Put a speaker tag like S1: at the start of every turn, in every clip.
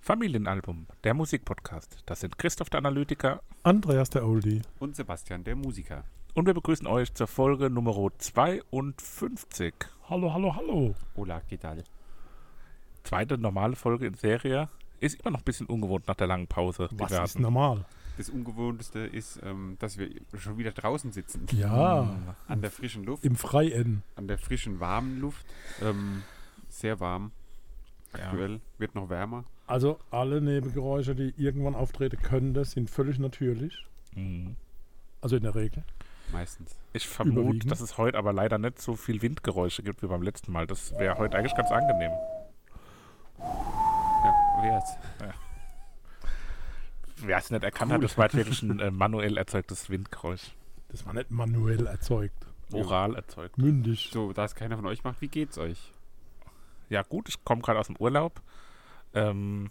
S1: Familienalbum, der Musikpodcast. Das sind Christoph der Analytiker
S2: Andreas der Oldie.
S3: Und Sebastian, der Musiker.
S1: und wir begrüßen euch zur Folge Nummer 52.
S2: Hallo, hallo, hallo.
S3: Hola, ¿qué tal?
S1: Zweite normale Folge in Serie. Ist immer noch ein bisschen ungewohnt nach der langen Pause. die
S2: Was
S1: wir
S2: ist
S1: hatten.
S2: normal?
S3: Das Ungewohnteste ist, ähm, dass wir schon wieder draußen sitzen.
S2: Ja,
S3: An der frischen Luft,
S2: im Freien.
S3: an der frischen, warmen Luft. Ähm, sehr warm
S1: Ja.
S3: aktuell, wird noch wärmer.
S2: Also alle Nebengeräusche, die irgendwann auftreten könnten, sind völlig natürlich.
S1: Mhm.
S2: Also in der Regel.
S3: Meistens.
S1: Ich vermute,
S2: Überwiegend.
S1: dass es heute aber leider nicht so viel Windgeräusche gibt wie beim letzten Mal. Das wäre heute eigentlich ganz angenehm.
S3: Ja, wär's.
S1: Wer es nicht erkannt hat, das war jetzt wirklich ein äh, manuell erzeugtes Windgeräusch.
S2: Das war nicht manuell erzeugt.
S1: Oral erzeugt.
S2: Mündig.
S3: So, da es keiner von euch macht, wie geht's euch?
S1: Ja, gut, ich komme gerade aus dem Urlaub. Ähm,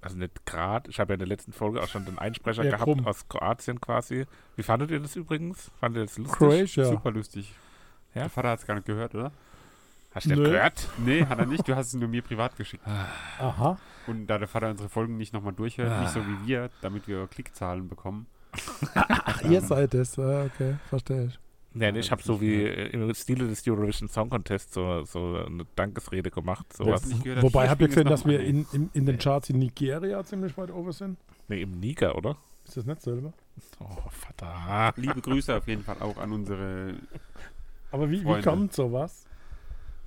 S1: also nicht gerade. Ich habe ja in der letzten Folge auch schon den Einsprecher
S2: Ja,
S1: gehabt
S2: krumm.
S1: aus Kroatien quasi. Wie fandet ihr das übrigens? Fandet ihr das lustig?
S2: Croatia.
S3: Super lustig.
S1: Ja?
S3: Der Vater hat's gar nicht gehört, oder?
S1: Hast du das
S2: Nö.
S1: gehört?
S3: Nee, hat er nicht. Du hast es nur mir privat geschickt.
S2: Aha.
S3: Und da der Vater unsere Folgen nicht nochmal durchhört,
S1: Ah.
S3: nicht so wie wir, damit wir Klickzahlen bekommen.
S2: Ach,
S3: Ähm.
S2: ihr seid es. Ah, okay, verstehe ich.
S1: Nee, nee, ich habe so wie äh, im Stile des Eurovision Song Contest so, so eine Dankesrede gemacht. Sowas.
S3: Letzten- nicht gehört,
S2: Wobei
S3: hier
S2: habt ihr
S3: spielen
S2: gesehen,
S3: es
S2: dass
S3: noch
S2: wir
S3: mal
S2: in, in, in den Charts in Nigeria ziemlich weit oben sind?
S1: Nee, im Niger, oder?
S2: Ist das nicht selber?
S1: Oh, Vater.
S3: Liebe Grüße auf jeden Fall auch an unsere
S2: Aber wie, wie
S3: Freunde.
S2: kommt sowas?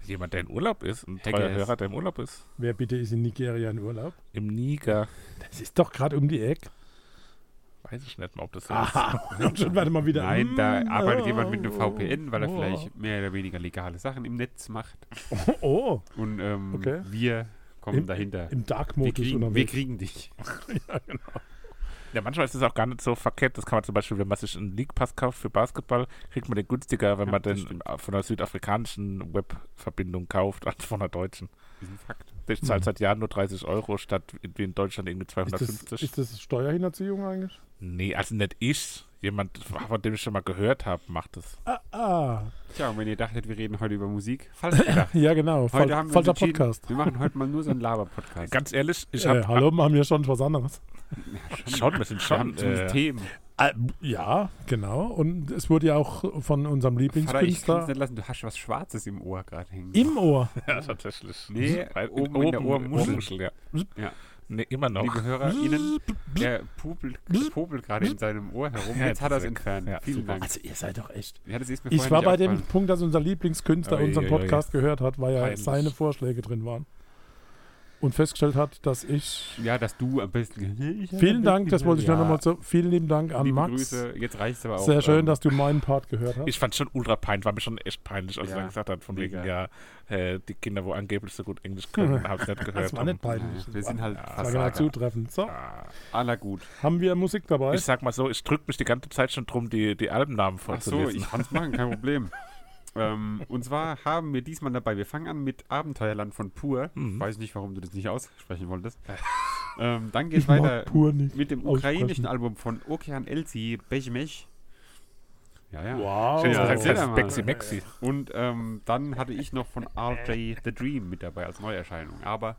S1: Jemand, der in Urlaub ist. Ein
S3: Hacker
S1: treuer
S3: ist-
S1: Hörer, der im Urlaub ist.
S2: Wer bitte ist in Nigeria in Urlaub?
S1: Im Niger.
S2: Das ist doch gerade um die Ecke.
S1: Weiß ich nicht mal, ob das so ist.
S2: Aha. Und schon warte mal wieder.
S3: Nein, da
S2: Mm,
S3: arbeitet
S2: oh,
S3: jemand mit einem VPN, weil er
S2: oh.
S3: vielleicht mehr oder weniger legale Sachen im Netz macht.
S2: Oh,
S3: Und ähm,
S2: Okay.
S3: wir kommen
S2: Im-
S3: dahinter.
S2: im
S3: wir,
S2: Dark-Modus
S3: kriegen, wir
S2: unterwegs.
S3: kriegen dich.
S1: Ja, manchmal ist es auch gar nicht so verkehrt. Das kann man zum Beispiel, wenn man sich einen League Pass kauft für Basketball, kriegt man den günstiger, wenn
S3: Ja,
S1: man
S3: das
S1: den von einer südafrikanischen Webverbindung kauft, als von einer deutschen.
S3: Das ist ein Fakt.
S1: Ich zahle seit Jahren nur 30 Euro statt wie in Deutschland irgendwie
S2: Ist das,
S1: 250.
S2: ist das Steuerhinterziehung eigentlich?
S1: nee, also nicht ich. Jemand, von dem ich schon mal gehört habe, macht das.
S2: Ah, ah.
S3: Tja, und wenn ihr dachtet, wir reden heute über Musik, falsch gedacht.
S2: ja genau. Fal
S3: Heute haben wir
S2: falscher
S3: uns entschieden,
S2: Podcast.
S3: Wir machen heute mal nur so einen Laber-Podcast.
S1: Ganz ehrlich, ich
S2: Äh,
S1: habe
S2: hallo, machen wir schon was anderes.
S1: schon, wir sind
S3: Wir
S1: schon
S3: haben zum
S1: äh,
S3: Themen.
S2: ja, genau. Und es wurde ja auch von unserem
S3: Vater, ich kann es
S2: Lieblingskünstler
S3: nicht lassen, du hast was Schwarzes im Ohr gerade hängen.
S2: im Ohr.
S1: ja, tatsächlich.
S3: Nee,
S1: Weil-
S3: oben in der Ohrmuschel.
S1: Ohrmuschel, ja.
S3: Ja.
S1: Nee, immer noch.
S3: Liebe HörerInnen, der popelt, popelt gerade in seinem Ohr herum.
S1: Ja,
S3: Jetzt hat er es
S1: weg.
S3: entfernt.
S1: Ja,
S3: Vielen
S1: super.
S3: Dank.
S2: Also, ihr seid doch echt.
S3: Ja, das ist mir
S2: Ich
S3: vorher
S2: war
S3: nicht
S2: bei dem
S3: aufgefallen.
S2: Punkt, dass unser Lieblingskünstler
S1: Oi,
S2: unseren
S1: oi, oi.
S2: Podcast gehört hat, weil er
S1: Peinlich.
S2: seine Vorschläge drin waren. Und festgestellt hat, dass ich.
S3: Ja, dass du am besten.
S2: Vielen Dank, das wollte ich nur
S3: Ja.
S2: nochmal zu. Vielen lieben Dank an
S3: Liebe
S2: Max.
S3: Grüße. Jetzt reicht es aber auch.
S2: Sehr schön,
S3: ähm,
S2: dass du meinen Part gehört hast.
S1: Ich fand schon ultra peinlich, war mir schon echt peinlich, als er
S3: Ja,
S1: dann gesagt hat, von wegen, ja,
S3: mega.
S1: äh, die Kinder, wo angeblich so gut Englisch können, haben es nicht gehört.
S2: das war nicht peinlich.
S3: Wir sind halt
S2: Das war genau
S3: Fassader.
S2: zutreffend. So,
S1: Ah.
S3: Aller gut.
S2: haben wir Musik dabei?
S1: Ich sag mal so, ich drück mich die ganze Zeit schon drum, die, die Albennamen
S3: Ach so,
S1: vorzulesen.
S3: ich kann's machen, kein Problem. ähm, und zwar haben wir diesmal dabei, wir fangen an mit Abenteuerland von Pur.
S1: Mhm.
S3: Weiß nicht, warum du das nicht aussprechen wolltest. ähm, dann geht's
S2: ich
S3: weiter
S2: mag pur nicht.
S3: mit dem
S2: aussprechen.
S3: ukrainischen Album von Okean Elsie, Bechmech. Ja, ja.
S2: Wow.
S1: Schön, dass
S3: Oh.
S1: du
S3: Erzähl
S1: sagst, das
S3: doch
S1: ist
S3: mal.
S1: Bexi Mexi.
S3: Und ähm, dann hatte ich noch von RJ The Dream mit dabei als Neuerscheinung. Aber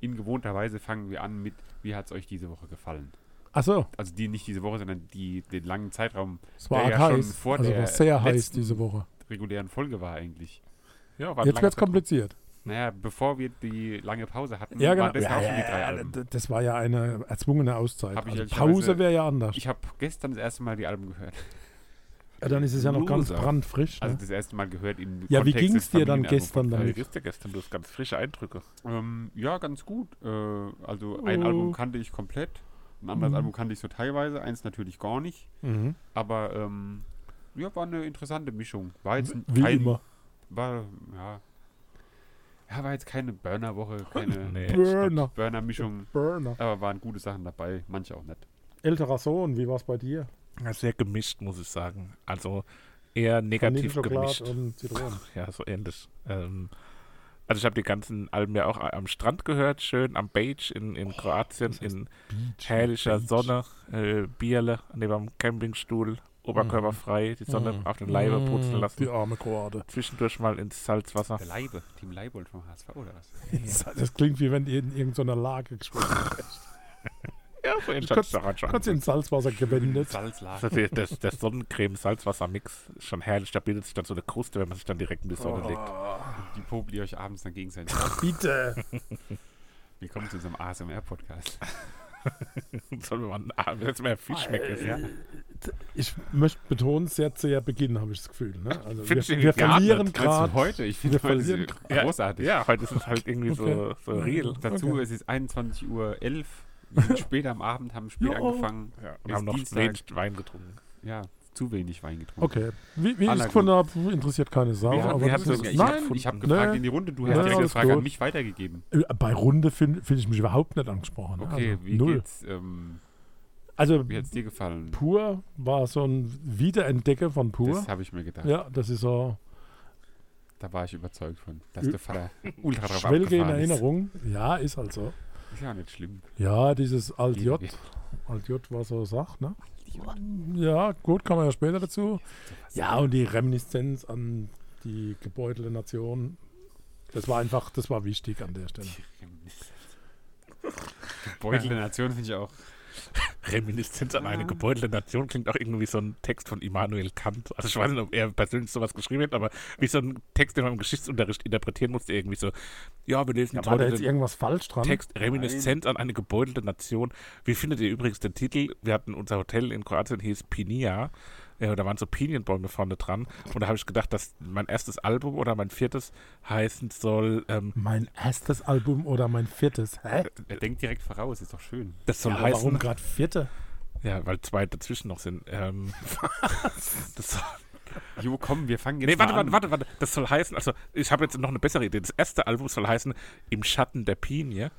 S3: in gewohnter Weise fangen wir an mit, wie hat's euch diese Woche gefallen?
S2: Ach so,
S3: Also die nicht diese Woche, sondern die, den langen Zeitraum
S2: es war
S3: Der
S2: arg
S3: ja schon
S2: heiß.
S3: vor
S2: also
S3: der
S2: war sehr heiß
S3: letzten-
S2: diese Woche.
S3: regulären Folge war eigentlich.
S1: Ja, war ein langer
S2: Jetzt wird es
S1: Zeitraum.
S2: kompliziert.
S3: Naja, bevor wir die lange Pause hatten,
S2: Ja, genau.
S3: waren das ja, auch schon die drei
S2: ja,
S3: Alben.
S2: d- das war ja eine erzwungene Auszeit.
S3: Hab ich
S2: Also
S3: ehrlicherweise-
S2: Pause wäre ja anders.
S3: Ich habe gestern das erste Mal die Alben gehört.
S2: ja, dann ist es ja noch ganz
S1: Loser.
S2: brandfrisch. Ne?
S3: Also das erste Mal gehört in
S2: Ja, wie
S3: Kontext
S2: ging's
S3: des
S2: dir dann
S3: Familienalbums
S2: gestern
S3: von
S1: Ja, wie
S2: damit?
S3: Köln.
S1: geht's dir gestern? Du hast ganz frische Eindrücke.
S3: Ähm, ja, ganz gut. Äh, also ein
S2: Oh.
S3: Album kannte ich komplett, ein anderes
S2: Mhm.
S3: Album kannte ich so teilweise, eins natürlich gar nicht.
S2: mhm.
S3: Aber ähm, ja, war eine interessante Mischung. War jetzt
S2: Wie
S3: kein,
S2: immer.
S3: War, ja. ja, war jetzt keine Burner-Woche, keine
S1: Nee,
S2: Burner.
S3: Burner-Mischung.
S2: Burner.
S3: Aber waren gute Sachen dabei, manche auch nicht.
S2: Älterer Sohn, wie war es bei dir?
S1: stimmt. sehr gemischt, muss ich sagen. Also eher negativ gemischt.
S2: und Zitronen.
S1: Ja, so ähnlich. Ähm, also ich habe die ganzen Alben ja auch a- am Strand gehört, schön am Beach in, in Kroatien, in herrlicher Sonne, äh, Bierle neben dem Campingstuhl, oberkörperfrei, die Sonne auf den Leibe putzen
S2: Mm,
S1: lassen.
S2: Die arme Kroate.
S1: Zwischendurch mal ins Salzwasser.
S3: Der Leibe, Team Leibold vom HSV, oder was?
S2: Das klingt wie wenn ihr in irgendeiner Lage gesprochen habt.
S1: Ja, so in
S2: Kurz-
S1: Stadtstadt
S2: Kurz ins Salzwasser gewendet.
S3: Salzlage.
S1: Also der, das, das Sonnencreme-Salzwasser-Mix ist schon herrlich. Da bildet sich dann so eine Kruste, wenn man sich dann direkt in die Sonne
S2: Oh.
S1: legt.
S3: Die popelt ihr euch abends dann gegenseitig.
S2: Bitte.
S3: Willkommen zu unserem ASMR-Podcast.
S1: Sollen wir mal einen Abend- jetzt mal Fisch schmecken? Ja.
S2: Ah, äh, Ich möchte betonen, sehr sehr Beginn, habe ich das Gefühl. Ne? Also wir,
S1: Findest du
S2: wir
S1: geartet?
S2: verlieren
S3: Meinst
S2: gerade.
S3: du heute, ich finde
S2: wir
S3: heute
S2: verlieren
S3: so
S1: Ja,
S3: großartig.
S1: Ja, heute ist es halt irgendwie so, so real.
S3: Dazu
S2: Okay.
S3: es ist 21.11 Uhr. Wir sind spät am Abend, haben spät
S2: Ja.
S3: angefangen.
S1: Ja, und
S3: Ist
S1: haben noch
S3: Dienstag.
S1: wenig Wein getrunken.
S3: Ja, zu wenig Wein getrunken.
S2: Okay. Wie, wie ich
S3: Aller
S2: es gefunden habe, interessiert keine Sau.
S1: Wir hatten-
S2: aber
S1: wir
S2: das
S1: hatten
S2: ist,
S1: sogar-
S3: Ich
S2: nein,
S3: habe hab
S2: nee.
S3: gefragt in die Runde, du
S2: Nee,
S3: hast direkt die
S2: alles
S3: Frage an
S2: gut.
S3: mich weitergegeben.
S2: bei Runde finde find ich mich überhaupt nicht angesprochen.
S3: Okay,
S2: also,
S3: wie
S2: null.
S3: geht's? Ähm,
S2: Also
S3: wie hat's dir gefallen?
S2: Pur war so ein Wiederentdecker von Pur.
S3: Das habe ich mir gedacht.
S2: ja, das ist so
S3: Da war ich überzeugt von, dass
S2: Ü-
S3: der Vater ultra drauf
S2: Schwelge in
S3: abgefahren
S2: Erinnerung. Ja, ist halt so.
S3: Ist. ist ja nicht schlimm.
S2: Ja, dieses Alt-J.
S3: Irgendwie.
S2: Alt-J Halt war so Sach, ne? Ja, gut, kommen wir ja später dazu. Ja, und die Reminiszenz an die gebeutelte Nation. Das war einfach, das war wichtig an der Stelle.
S3: Beutel der Nation finde ich auch.
S1: Reminiszenz an eine
S3: Ja.
S1: gebeutelte Nation klingt auch irgendwie so ein Text von Immanuel Kant. Also ich weiß nicht, ob er persönlich sowas geschrieben hat, aber wie so ein Text, den man im Geschichtsunterricht interpretieren musste, irgendwie so, ja, wir lesen
S2: Ja,
S1: jetzt
S2: war da
S1: heute
S2: jetzt
S1: den
S2: irgendwas falsch dran?
S1: Text Reminiszenz an eine gebeutelte Nation. Wie findet ihr übrigens den Titel? Wir hatten unser Hotel in Kroatien, hieß Pinia. Äh, da waren so Pinienbäume vorne dran. Und da habe ich gedacht, dass mein erstes Album oder mein viertes heißen soll, ähm,
S2: Mein erstes Album oder mein viertes? Hä?
S3: Er denkt direkt voraus, ist doch schön.
S1: das soll
S2: Ja, aber warum
S1: heißen,
S2: gerade vierte?
S1: ja, weil zwei dazwischen noch sind. Ähm, das soll,
S3: Jo, komm, wir fangen jetzt
S1: Nee, warte,
S3: mal
S1: warte,
S3: an.
S1: warte, warte. Das soll heißen, also ich habe jetzt noch eine bessere Idee. Das erste Album soll heißen Im Schatten der Pinie.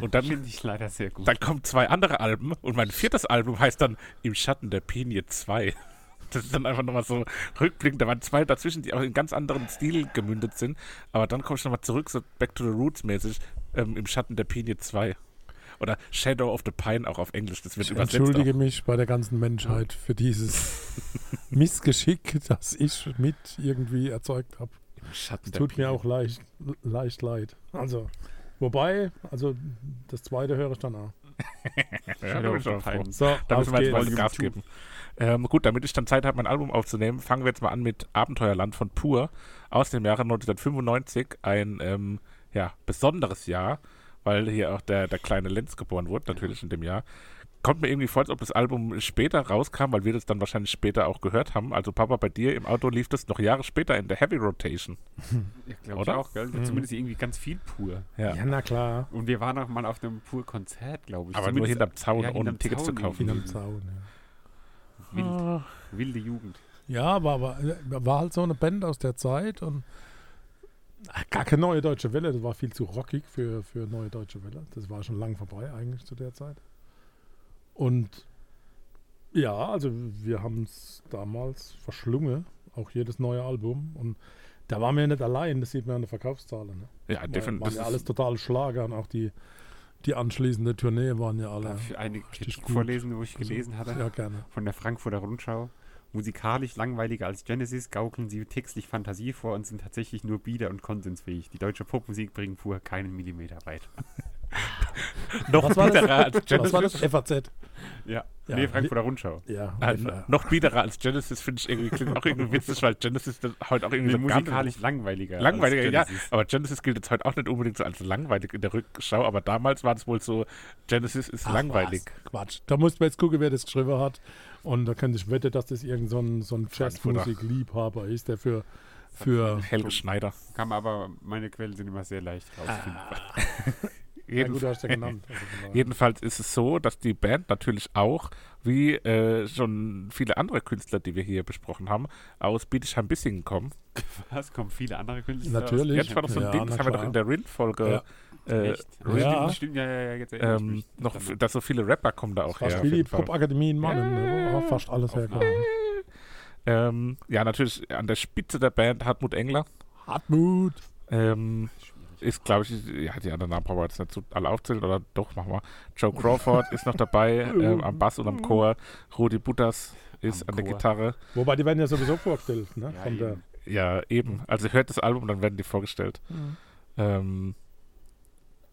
S1: Und dann,
S3: Finde ich leider sehr gut.
S1: dann kommen zwei andere Alben und mein viertes Album heißt dann Im Schatten der Pinie 2. Das ist dann einfach nochmal so rückblickend. Da waren zwei dazwischen, die auch in ganz anderen Stil gemündet sind. Aber dann komme ich nochmal zurück, so Back to the Roots mäßig, ähm, Im Schatten der Pinie 2. Oder Shadow of the Pine auch auf Englisch. Das wird
S2: Ich
S1: übersetzt.
S2: entschuldige mich bei der ganzen Menschheit für dieses Missgeschick, das ich mit irgendwie erzeugt habe.
S1: auch. Im Schatten der
S2: Tut mir
S1: Pinie.
S2: auch leicht, leicht leid. Also, wobei, also das zweite höre ich dann auch.
S1: Ja, da bin ich schon froh.
S2: So,
S1: Da
S2: auf
S1: müssen wir jetzt mal
S2: geht's.
S1: Gas geben. Ähm, gut, damit ich dann Zeit habe, mein Album aufzunehmen, fangen wir jetzt mal an mit Abenteuerland von Pur aus dem Jahre 1995. Ein ähm, ja, besonderes Jahr, weil hier auch der, der kleine Lenz geboren wurde, natürlich in dem Jahr. Kommt mir irgendwie vor, als ob das Album später rauskam, weil wir das dann wahrscheinlich später auch gehört haben. Also Papa, bei dir im Auto lief das noch Jahre später in der Heavy Rotation.
S3: Ja, glaube ich
S1: Oder?
S3: auch, gell? Zumindest irgendwie ganz viel pur.
S1: Ja.
S2: Ja, na klar.
S3: Und wir waren auch mal auf einem pur Konzert, glaube ich.
S1: Aber nur
S3: Zumindest
S1: hinterm Zaun,
S3: ja,
S1: ohne
S3: hinterm
S1: Tickets zu
S3: Zaun
S1: kaufen.
S2: Hinterm Zaun, ja.
S3: wild, wilde Jugend.
S2: Ja, war, war, war halt so eine Band aus der Zeit und ach, Ah, gar keine neue deutsche Welle. Das war viel zu rockig für, für neue deutsche Welle. Das war schon lang vorbei eigentlich zu der Zeit. Und ja, also wir haben es damals verschlungen, auch jedes neue Album. Und da waren wir nicht allein, das sieht man an den Verkaufszahlen. Ne?
S1: Ja,
S2: Waren,
S1: definitiv.
S2: waren
S1: das
S2: ja
S1: ist-
S2: alles total Schlager und auch die, die anschließende Tournee waren ja alle.
S3: Darf ich eine
S2: richtig
S3: Kritik
S2: gut.
S3: vorlesen, wo ich gelesen hatte?
S2: Ja, gerne.
S3: Von der Frankfurter Rundschau. Musikalisch langweiliger als Genesis, gaukeln sie textlich Fantasie vor und sind tatsächlich nur bieder und konsensfähig. Die deutsche Popmusik bringt pur keinen Millimeter weit.
S1: noch
S2: Was war das?
S1: bitterer als
S2: Was war das?
S1: Genesis.
S2: FAZ.
S3: Ja,
S2: Ja,
S3: nee, Frankfurter Rundschau.
S2: Ja, genau.
S1: Äh,
S2: FAZ.
S1: noch bitterer als Genesis finde ich irgendwie klingt auch irgendwie witzig, weil Genesis das heute auch irgendwie
S3: Nee,
S1: so gar nicht-
S3: musikalisch langweiliger.
S1: Langweiliger, ja.
S3: als Genesis.
S1: Aber Genesis gilt jetzt heute auch nicht unbedingt so als langweilig in der Rückschau, aber damals war es wohl so, Genesis ist
S2: Ach,
S1: langweilig.
S2: was, Quatsch. Da muss man jetzt gucken, wer das geschrieben hat. Und da könnte ich wetten, dass das irgend so ein, so ein
S1: Frankfurter.
S2: Jazzmusik-Liebhaber ist, der für, für
S1: Helge Schneider.
S3: Kam aber, meine Quellen sind immer sehr leicht
S1: Ah.
S3: rausfinden.
S2: ja, gut,
S1: Jeden,
S2: hast du ja genannt. Also von daher.
S1: jedenfalls ist es so, dass die Band natürlich auch, wie äh, schon viele andere Künstler, die wir hier besprochen haben, aus Bietigheim-Bissingen kommen.
S3: Was? Kommen viele andere Künstler?
S2: Natürlich.
S1: Jetzt war doch so ein
S2: Ja,
S1: Ding, das
S2: na
S1: haben wir doch
S2: klar.
S1: in der Rind-Folge
S3: Aus?
S1: äh,
S3: Echt?
S1: Rind-
S2: Ja.
S3: Stimmt, stimmt, ja, ja, ja, jetzt erinnere ich
S1: ähm,
S3: mich.
S1: noch, dass so viele Rapper kommen da auch
S2: fast
S1: her. auf
S2: wie die
S1: jeden Fall.
S2: Popakademie in Mannheim, ne, wo auch fast alles herkommt.
S3: Aufnahme.
S1: Äh, Ähm, ja, natürlich an der Spitze der Band Hartmut Engler.
S2: Hartmut.
S1: Ähm,
S3: Schwierig.
S1: ist, glaube ich, ja, die anderen Namen brauchen wir jetzt nicht zu alle aufzählen, oder doch, machen wir. Joe Crawford ist noch dabei, ähm, am Bass und am Chor. Rudi Butters ist
S3: Am
S1: an der
S3: Chor.
S1: Gitarre.
S2: Wobei die werden ja sowieso vorgestellt, ne?
S3: Ja,
S2: Von der,
S3: eben.
S1: Ja, eben. Also hört das Album, dann werden die vorgestellt. Ähm,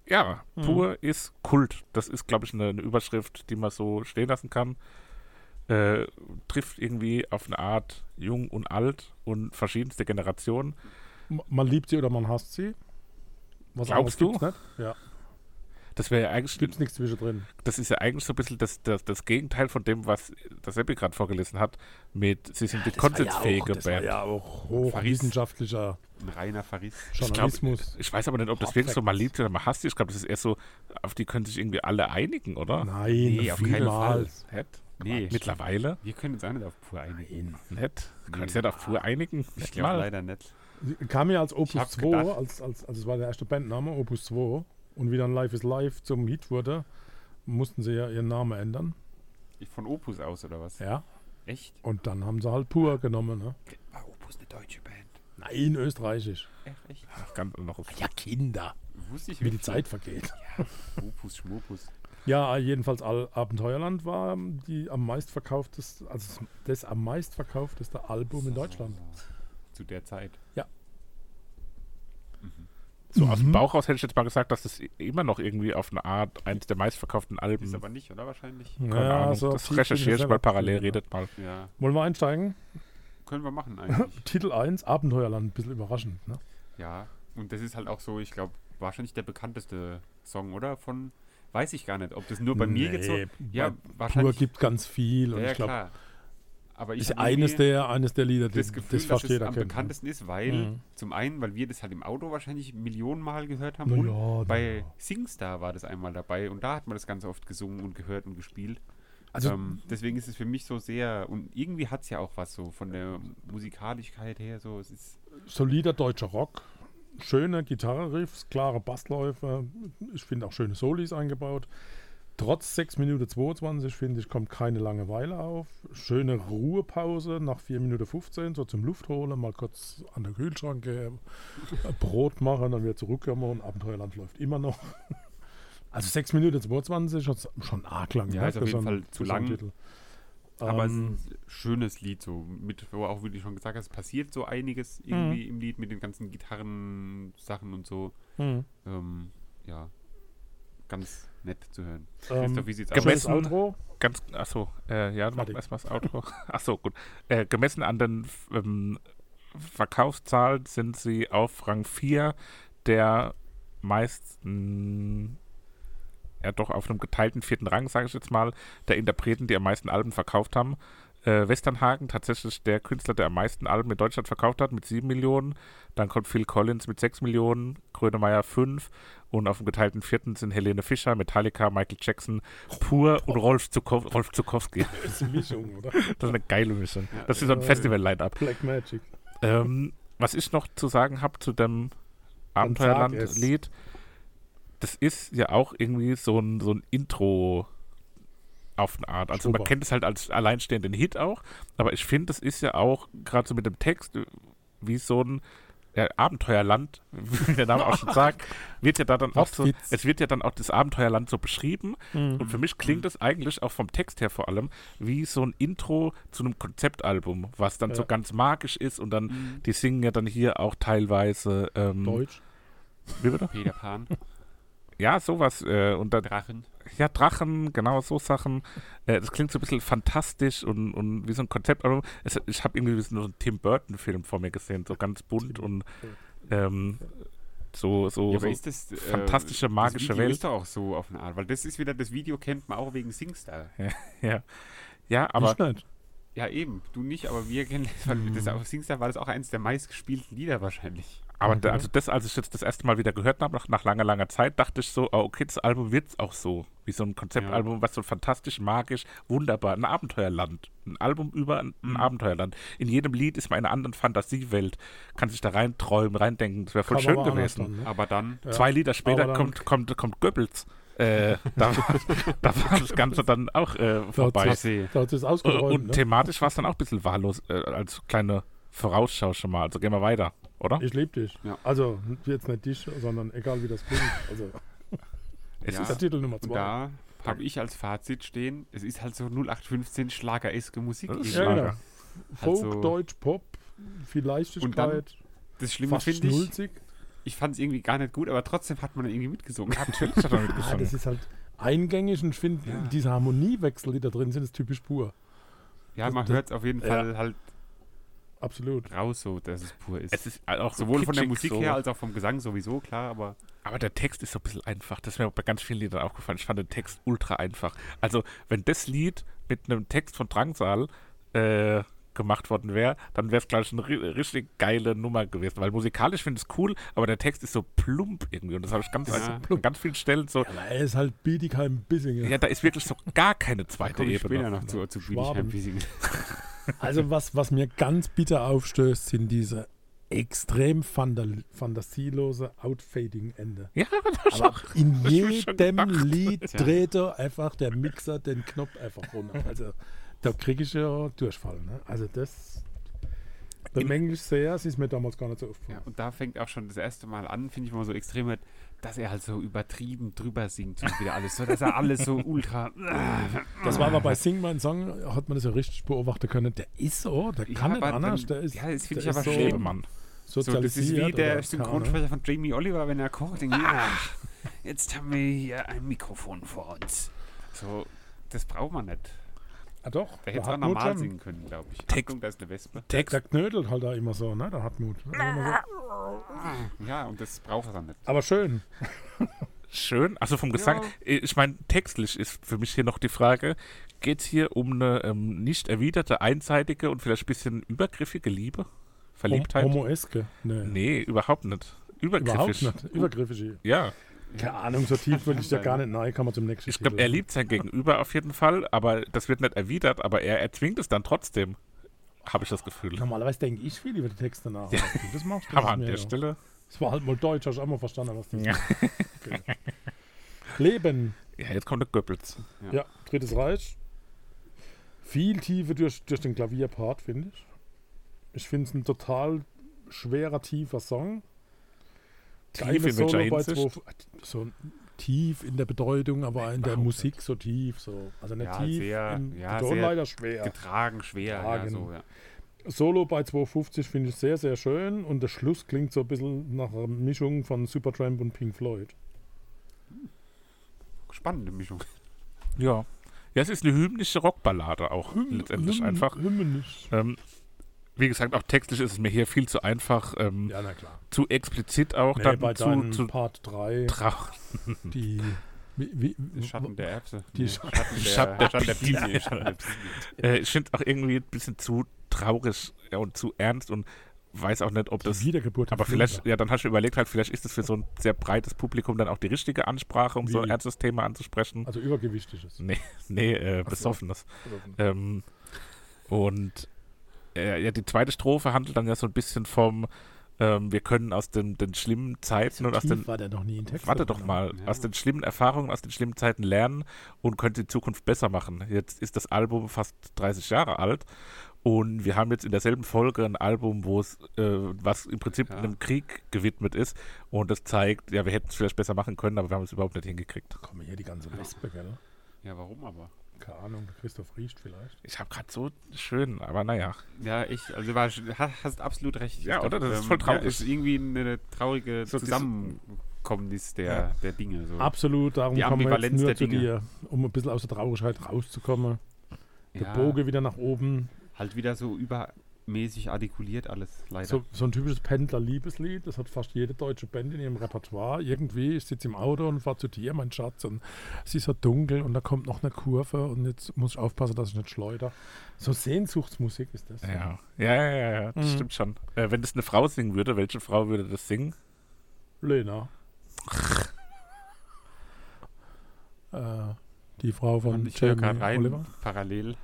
S1: ja,
S2: Mhm.
S1: pur ist Kult. Das ist, glaube ich, eine, eine Überschrift, die man so stehen lassen kann. Äh, trifft irgendwie auf eine Art jung und alt und verschiedenste Generationen.
S2: M- man liebt sie oder man hasst sie. Was
S1: Glaubst
S2: anderes gibt's Nicht? Ja,
S1: Das wäre ja eigentlich
S2: gibt's nichts zwischendrin.
S1: das ist ja eigentlich so ein bisschen das, das, das Gegenteil von dem, was das Seppi gerade vorgelesen hat, mit sie sind die konsensfähige
S2: das war
S1: Band.
S2: ja auch hochwissenschaftlicher
S3: Ein reiner Verriss.
S2: Journalismus.
S1: Ich weiß aber nicht, ob das wirklich so mal liebt oder mal hasst. Ich glaube, das ist eher so, auf die können sich irgendwie alle einigen, oder?
S2: Nein,
S3: Nee, auf keinen Fall.
S2: niemals.
S1: Nett.
S3: Nee,
S1: Mittlerweile?
S3: wir können uns auch nicht auf pur einigen.
S1: Nett. Können Sie ja auf Pur einigen?
S3: Ah. Ich
S1: Nicht
S3: glaube
S1: mal.
S3: leider nicht.
S2: Kam ja als Opus
S3: hab's
S2: 2,
S3: gedacht.
S2: als, als, also es war der erste Bandname, Opus 2. Und wie dann Live is Live zum Hit wurde, mussten sie ja ihren Namen ändern.
S3: Von Opus aus oder was?
S2: Ja.
S3: Echt?
S2: Und dann haben sie halt pur genommen, ne?
S3: War Ah, Opus eine deutsche Band?
S2: Nein, österreichisch.
S3: Echt? echt?
S1: Ganz noch
S3: Mhm.
S2: Ja, Kinder.
S3: Wusste ich
S2: Wie die
S3: wirklich
S2: Zeit vergeht.
S3: nicht. Opus, Schmopus.
S2: Ja, jedenfalls Al Abenteuerland war ähm, die am meistverkaufteste, also das am meistverkaufteste Album in Deutschland.
S3: Ah, Zu der Zeit.
S1: so aus dem Bauch raus hätte ich jetzt mal gesagt, dass das immer noch irgendwie auf eine Art eines der meistverkauften Alben.
S3: Ist aber nicht, oder wahrscheinlich?
S1: Keine Ahnung. das
S2: tief bin
S1: recherchiere ich
S2: selber
S1: mal parallel,
S2: drin, ja.
S1: redet mal.
S3: Ja,
S2: Wollen wir einsteigen?
S3: können wir machen eigentlich.
S2: Titel 1, Abenteuerland, ein bisschen überraschend. Ne?
S3: ja, und das ist halt auch so, ich glaube, wahrscheinlich der bekannteste Song, oder? Von, weiß ich gar nicht, ob das nur bei mir jetzt so.
S2: Ja,
S3: Ja,
S2: Pur
S3: wahrscheinlich.
S2: gibt ganz viel
S3: ja,
S2: und
S3: ja,
S2: ich glaube,
S3: klar. Aber ich
S2: ist
S3: hab
S2: eines
S3: irgendwie-
S2: der, eines der Lieder, die,
S3: das
S2: das,
S3: Gefühl,
S2: fast
S3: dass es
S2: jeder
S3: am
S2: kennt. ne?
S3: bekanntesten ist, weil
S2: Mhm.
S3: zum einen, weil wir das halt im Auto wahrscheinlich Millionen Mal gehört haben
S2: Na
S3: und
S2: ja, na
S3: bei
S2: ja.
S3: Singstar war das einmal dabei und da hat man das ganz oft gesungen und gehört und gespielt.
S2: Also-
S3: ähm, deswegen ist es für mich so sehr und irgendwie hat es ja auch was so von der Musikaligkeit her so. Es ist
S2: Solider deutscher Rock, schöne Gitarre-Riffs, klare Bassläufe, ich finde auch schöne Solis eingebaut. Trotz 6 Minuten 22, finde ich, kommt keine Langeweile auf. Schöne Ruhepause nach 4 Minuten 15, so zum Luftholen, mal kurz an der Kühlschrank gehen, äh, Brot machen, dann wieder zurückkommen und Abenteuerland läuft immer noch. Also 6 Minuten 22 ist schon- schon arg lang.
S3: Ja, ist auf
S2: für
S3: jeden
S2: so einen-
S3: Fall zu
S2: für so einen
S3: lang.
S2: Titel.
S3: aber es ist
S2: Ähm,
S3: ein schönes Lied so mit wo auch wie du schon gesagt hast passiert so einiges
S2: Mhm.
S3: irgendwie im Lied mit den ganzen Gitarren Sachen und so. Ähm, ja, ganz nett zu hören.
S2: Ähm,
S3: Christoph, wie sieht's aus?
S1: gemessen-
S2: schönes Outro.
S1: Ganz, achso, äh, ja, dann machen wir
S2: Fertig.
S1: erstmal das Outro. Achso, gut. Äh, gemessen an den f- ähm, Verkaufszahlen sind sie auf Rang 4 der meisten, ja doch auf einem geteilten vierten Rang, sage ich jetzt mal, der Interpreten, die am meisten Alben verkauft haben. Äh, Westernhagen tatsächlich der Künstler, der am meisten Alben in Deutschland verkauft hat, mit 7 Millionen. Dann kommt Phil Collins mit 6 Millionen, Grönemeyer 5 und auf dem geteilten vierten sind Helene Fischer, Metallica, Michael Jackson, Pur und Rolf, Zukow Rolf Zukowski.
S2: Das ist eine Mischung, oder?
S1: Das ist eine geile Mischung. Das ist so ein Festival-Line-Up.
S2: Black Magic.
S1: Ähm, was ich noch zu sagen habe zu dem
S2: Dann sag
S1: Abenteuerland-Lied, das ist ja auch irgendwie so ein, so ein Intro auf eine Art. Also man
S2: Super.
S1: kennt es halt als alleinstehenden Hit auch, aber ich finde, das ist ja auch gerade so mit dem Text äh, wie so ein ja, Abenteuerland, wie der Name auch schon sagt, wird ja da dann auch
S2: Was
S1: so,
S2: geht's?
S1: es wird ja dann auch das Abenteuerland so beschrieben und
S3: Mhm.
S1: für mich klingt es eigentlich auch vom Text her vor allem wie so ein Intro zu einem Konzeptalbum, was dann so
S2: Ja.
S1: ganz magisch ist und dann die singen ja dann hier auch teilweise ähm,
S2: Deutsch.
S1: wie bitte?
S3: Peter Pan,
S1: ja sowas äh, und dann
S3: Drachen.
S1: ja Drachen genau so Sachen äh, das klingt so ein bisschen fantastisch und, und wie so ein Konzeptalbum es, ich habe irgendwie so einen Tim Burton Film vor mir gesehen so ganz bunt und ähm, so so,
S3: Ja,
S1: so
S2: Also
S3: aber ist das, äh,
S1: fantastische, magische
S3: das Video
S1: Welt.
S3: ist doch auch so auf eine Art, weil das ist wieder, das Video kennt man auch wegen Singstar.
S1: ja aber
S2: ich nicht.
S3: Ja, eben, du nicht, aber wir kennen das, weil das auf Singstar war das auch eines der meistgespielten Lieder wahrscheinlich.
S1: Aber da,
S2: Mhm.
S1: also das, als ich jetzt das erste Mal wieder gehört habe, nach, nach langer, langer Zeit, dachte ich so, ah, okay, das Album wird auch so. Wie so ein Konzeptalbum, was so fantastisch, magisch, wunderbar, ein Abenteuerland. Ein Album über ein,
S2: Mhm.
S1: ein Abenteuerland. In jedem Lied ist man in einer anderen Fantasiewelt. Kann sich da reinträumen, reindenken. Das wäre voll
S2: Kann
S1: schön
S2: aber anders
S1: gewesen.
S2: dann, ne?
S3: Aber dann,
S2: Ja.
S1: Zwei Lieder später
S2: Aber dann-
S1: kommt, kommt, kommt Goebbels. Äh, da, war, da war das Ganze dann auch äh, vorbei.
S3: hat's- Passé.
S2: Da hat es
S1: Äh, Und
S2: ausgeräumt. Ne?
S1: thematisch war es dann auch ein bisschen wahllos, äh, als kleine Vorausschau schon mal. Also gehen wir weiter. oder?
S2: Ich liebe dich.
S3: Ja.
S2: Also jetzt nicht dich, sondern egal wie das klingt. Also
S1: Es
S3: Ja.
S2: das
S1: ist
S2: ist der Titel Nummer
S3: Und
S2: zwei.
S3: da habe ich als Fazit stehen, es ist halt so 0815 schlagereske Musik.
S1: Das ist
S2: ja,
S3: irgendwie.
S1: Schlager.
S2: genau. Folk,
S3: Also-
S2: Deutsch, Pop, viel
S3: Und dann
S2: Leichtigkeit,
S3: Das Schlimme
S2: fast
S3: finde ich,
S2: schnulzig.
S3: ich fand es irgendwie gar nicht gut, aber trotzdem hat man irgendwie mitgesungen.
S1: Natürlich hat er
S2: Ah, das
S1: mitgesungen.
S2: ist halt eingängig und ich finde,
S3: Ja.
S2: diese Harmoniewechsel, die da drin sind, ist typisch pur.
S3: Ja, man
S2: Das-
S3: hört es auf jeden
S2: ja.
S3: Fall halt
S2: Absolut.
S3: raus, so dass es pur ist.
S1: Es ist auch so
S3: Sowohl von der
S1: kitschig
S3: Musik
S1: so.
S3: her als auch vom Gesang sowieso, klar, aber
S1: Aber der Text ist so ein bisschen einfach. Das ist mir bei ganz vielen Liedern aufgefallen. Ich fand den Text ultra einfach. Also, wenn das Lied mit einem Text von Drangsal äh, gemacht worden wäre, dann wäre es, glaube ich, eine ri- richtig geile Nummer gewesen. Weil musikalisch finde ich es cool, aber der Text ist so plump irgendwie. Und das habe ich ganz, also,
S3: Ja.
S1: an ganz vielen Stellen so.
S2: Aber er ist halt Bietigheim Bissingen.
S1: Ja, da ist wirklich so gar keine zweite
S3: komme ich
S1: Ebene.
S3: später noch zu, zu
S2: Schwaben.
S3: Bietigheim Wiesing.
S2: Also was, was mir ganz bitter aufstößt, sind diese extrem fandal- fantasielose Outfading-Ende.
S1: Ja, das
S2: Aber in
S1: hab ich mir schon
S2: jedem
S1: gedacht.
S2: Lied
S3: Ja.
S2: dreht er einfach der Mixer den Knopf einfach runter. Also da kriege ich ja Durchfall. Ne? Also das bemängel ich sehr. Es ist mir damals gar nicht so
S3: Ja,
S2: aufgefallen.
S3: und da fängt auch schon das erste Mal an, finde ich immer so extrem, halt, dass er halt so übertrieben drüber singt und wieder alles so, dass er alles so ultra.
S2: Das war aber bei Sing Mein Song, hat man das ja richtig beobachten können. Der ist so, der
S3: Ja,
S2: kann nicht
S3: aber dann-
S2: anders. Der ist,
S3: ja, das finde
S2: der
S3: ich aber
S2: ist so
S3: schlimm.
S1: Mann.
S3: So, das ist wie
S2: sozialisiert oder-
S3: der
S2: keine Ah. Ahnung.
S3: Synchronsprecher von Jamie Oliver, wenn er kocht. Denkt, ja, jetzt haben wir hier ein Mikrofon vor uns. So, das braucht man nicht.
S2: Ah, doch,
S3: Da hätte es
S2: der
S3: auch
S2: Hartmut
S3: normal
S2: schon.
S3: singen können, glaube ich.
S1: Text-
S3: Achtung, da ist eine Wespe.
S1: Text.
S2: Der knödelt halt da immer so, ne? Der Hartmut. Also immer so.
S3: Ja, und das braucht er dann nicht.
S2: Aber schön.
S1: Schön. Also vom Gesang. äh, Ich meine, textlich ist für mich hier noch die Frage: Geht es hier um eine ähm, nicht erwiderte, einseitige und vielleicht ein bisschen übergriffige Liebe? Verliebtheit?
S2: Hom Homoeske. Nee,
S1: nee, überhaupt nicht. Übergriffig.
S2: überhaupt nicht. Übergriffig.
S1: Ja,
S2: Keine Ahnung, so tief würde ich da gar nicht. Nein, kann man zum nächsten
S1: ich glaube,
S2: Titel.
S1: er liebt sein Gegenüber auf jeden Fall, aber das wird nicht erwidert, aber er erzwingt es dann trotzdem, habe ich das Gefühl.
S2: Normalerweise denke ich viel über die Texte nach.
S1: Ja.
S2: aber du Das machst du
S1: Aber
S2: das
S1: an
S2: mir
S1: der
S2: ja.
S1: Stelle,
S2: Das war halt mal Deutsch, hast du auch mal verstanden, was das
S1: Ja.
S2: Okay. Leben.
S1: ja, jetzt kommt der Goebbels.
S3: Ja.
S2: Ja, Drittes Reich. Viel Tiefe durch, durch den Klavierpart, finde ich. Ich finde es ein total schwerer, tiefer Song.
S1: Tief in welcher Hinsicht?
S2: zwei, so tief in der Bedeutung, aber in der
S3: überhaupt
S2: Musik so tief. So. Also nicht
S3: Ja,
S2: tief,
S3: sehr-
S2: in
S3: ja,
S2: Ton
S3: sehr
S2: leider schwer.
S3: Getragen, schwer. Ja,
S2: Getragen.
S3: so, ja.
S2: Solo bei 250 finde ich sehr, sehr schön und der Schluss klingt so ein bisschen nach einer Mischung von Supertramp und Pink Floyd.
S3: Spannende Mischung.
S1: Ja. Ja, es ist eine hymnische Rockballade auch letztendlich
S2: Hymn-
S1: einfach.
S2: Hymnisch.
S1: Ähm, wie gesagt, auch textlich ist es mir hier viel zu einfach, ähm,
S2: Ja, na klar.
S1: zu explizit auch,
S2: Nee, bei
S1: dann
S2: deinem
S1: zu, zu
S2: Part 3
S1: traurig.
S2: Die, wie,
S3: Der
S2: wie,
S3: Schatten der Erbse.
S2: Die
S3: Nee,
S2: Schatten-
S3: Schatten der,
S1: Schatten der
S3: Schatten der
S1: Biene.
S3: Biene. Schatten der Biene.
S1: Äh, ich finde es auch irgendwie ein bisschen zu traurig ja, und zu ernst und weiß auch nicht, ob das.
S2: die Wiedergeburt.
S1: Aber
S2: des
S1: vielleicht,
S2: Flinters.
S1: ja, dann hast du überlegt, halt, vielleicht ist es für so ein sehr breites Publikum dann auch die richtige Ansprache, um so ein
S2: Wie?
S1: ernstes Thema anzusprechen.
S2: Also übergewichtiges.
S1: Nee, nee, äh, besoffenes. Ähm, und äh, ja, die zweite Strophe handelt dann ja so ein bisschen vom, ähm, wir können aus den, den schlimmen Zeiten und aus den
S2: war der noch nie in Text.
S1: Warte doch mal,
S3: Ja.
S1: aus den schlimmen Erfahrungen, aus den schlimmen Zeiten lernen und könnt die Zukunft besser machen. Jetzt ist das Album fast 30 Jahre alt und wir haben jetzt in derselben Folge ein Album, wo es, äh, was im Prinzip
S3: Ja.
S1: einem Krieg gewidmet ist und das zeigt, ja, wir hätten es vielleicht besser machen können, aber wir haben es überhaupt nicht hingekriegt.
S2: Komm hier die ganze Lesbe, gell?
S3: Ja, warum aber?
S2: Keine Ahnung, Christoph Riecht vielleicht.
S1: Ich habe gerade so schön, aber naja.
S3: Ja, ich, also war, ha- hast absolut recht.
S1: Ja,
S3: Ich
S1: oder? Das
S3: glaub, ähm,
S1: ist voll traurig.
S3: Ja, ist irgendwie eine traurige
S1: So diese-
S3: Zusammenkommnis der,
S1: Ja.
S3: der Dinge. So.
S2: Absolut, darum
S3: Die
S2: kommen wir jetzt
S3: Ambivalenz
S2: nur
S3: der
S2: zu
S3: Dinge.
S2: dir, um ein bisschen aus der Traurigkeit rauszukommen.
S3: ja,
S2: Geboge wieder nach oben.
S3: Halt wieder so übermäßig artikuliert alles, leider.
S2: So, so ein typisches Pendler-Liebeslied, das hat fast jede deutsche Band in ihrem Repertoire. Irgendwie, ich sitze im Auto und fahre zu dir, mein Schatz, und es ist so dunkel und da kommt noch eine Kurve und jetzt muss ich aufpassen, dass ich nicht schleuder. So Sehnsuchtsmusik ist das.
S1: Ja, ja, ja, ja, ja das
S2: Mhm.
S1: stimmt schon. Äh, wenn das eine Frau singen würde, welche Frau würde das singen?
S2: Lena. äh, die Frau von
S3: Fand ich höre gerade
S2: Jamie
S3: rein,
S2: Oliver.
S3: parallel.